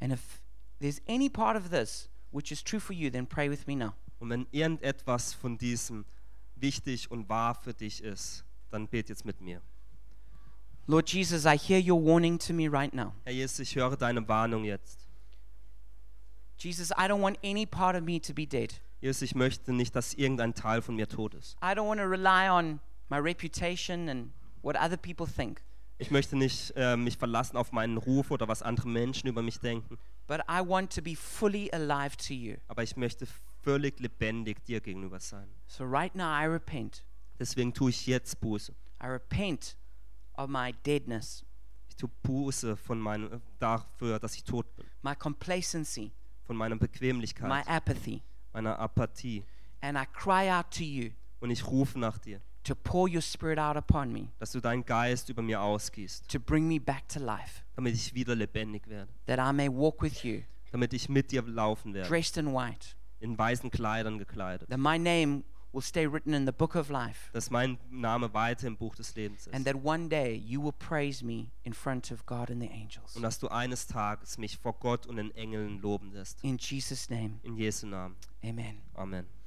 S1: And if there's any part of this which is true for you, then pray with me now.
S2: Und wenn irgendetwas von diesem wichtig und wahr für dich ist, dann bet jetzt mit mir.
S1: Lord Jesus, I hear your warning to me right now.
S2: Herr Jesus, ich höre deine Warnung jetzt.
S1: Jesus, I don't want any part of me to be dead.
S2: Jesus, ich möchte nicht, dass irgendein Teil von mir tot ist.
S1: I don't want to rely on my reputation and what other people think,
S2: Ich möchte nicht äh, mich verlassen auf meinen Ruf oder was andere Menschen über mich denken,
S1: but I want to be fully alive to you.
S2: aber ich möchte völlig lebendig dir gegenüber sein.
S1: So right now, I repent.
S2: Deswegen tue ich jetzt Buße.
S1: I repent of my deadness,
S2: Ich tue Buße von meinem, äh, dafür, dass ich tot bin,
S1: my complacency,
S2: von meiner
S1: my
S2: Bequemlichkeit,
S1: apathy,
S2: meiner Apathie.
S1: and I cry out to you
S2: Und ich rufe nach dir,
S1: to pour your spirit out upon me,
S2: dass du deinen Geist über mir ausgießt,
S1: to bring me back to life,
S2: damit ich wieder lebendig werde,
S1: that I may walk with you,
S2: damit ich mit dir laufen werde,
S1: dressed in white,
S2: in weißen Kleidern gekleidet,
S1: that my name will stay written in the book of life,
S2: dass mein Name weiter im Buch des Lebens
S1: and
S2: ist
S1: that one day you will praise me in front of God and the angels.
S2: und dass du eines
S1: Mm.
S2: Tages mich vor Gott und den Engeln loben wirst.
S1: In Jesus' name,
S2: In Jesu Namen.
S1: amen.
S2: Amen.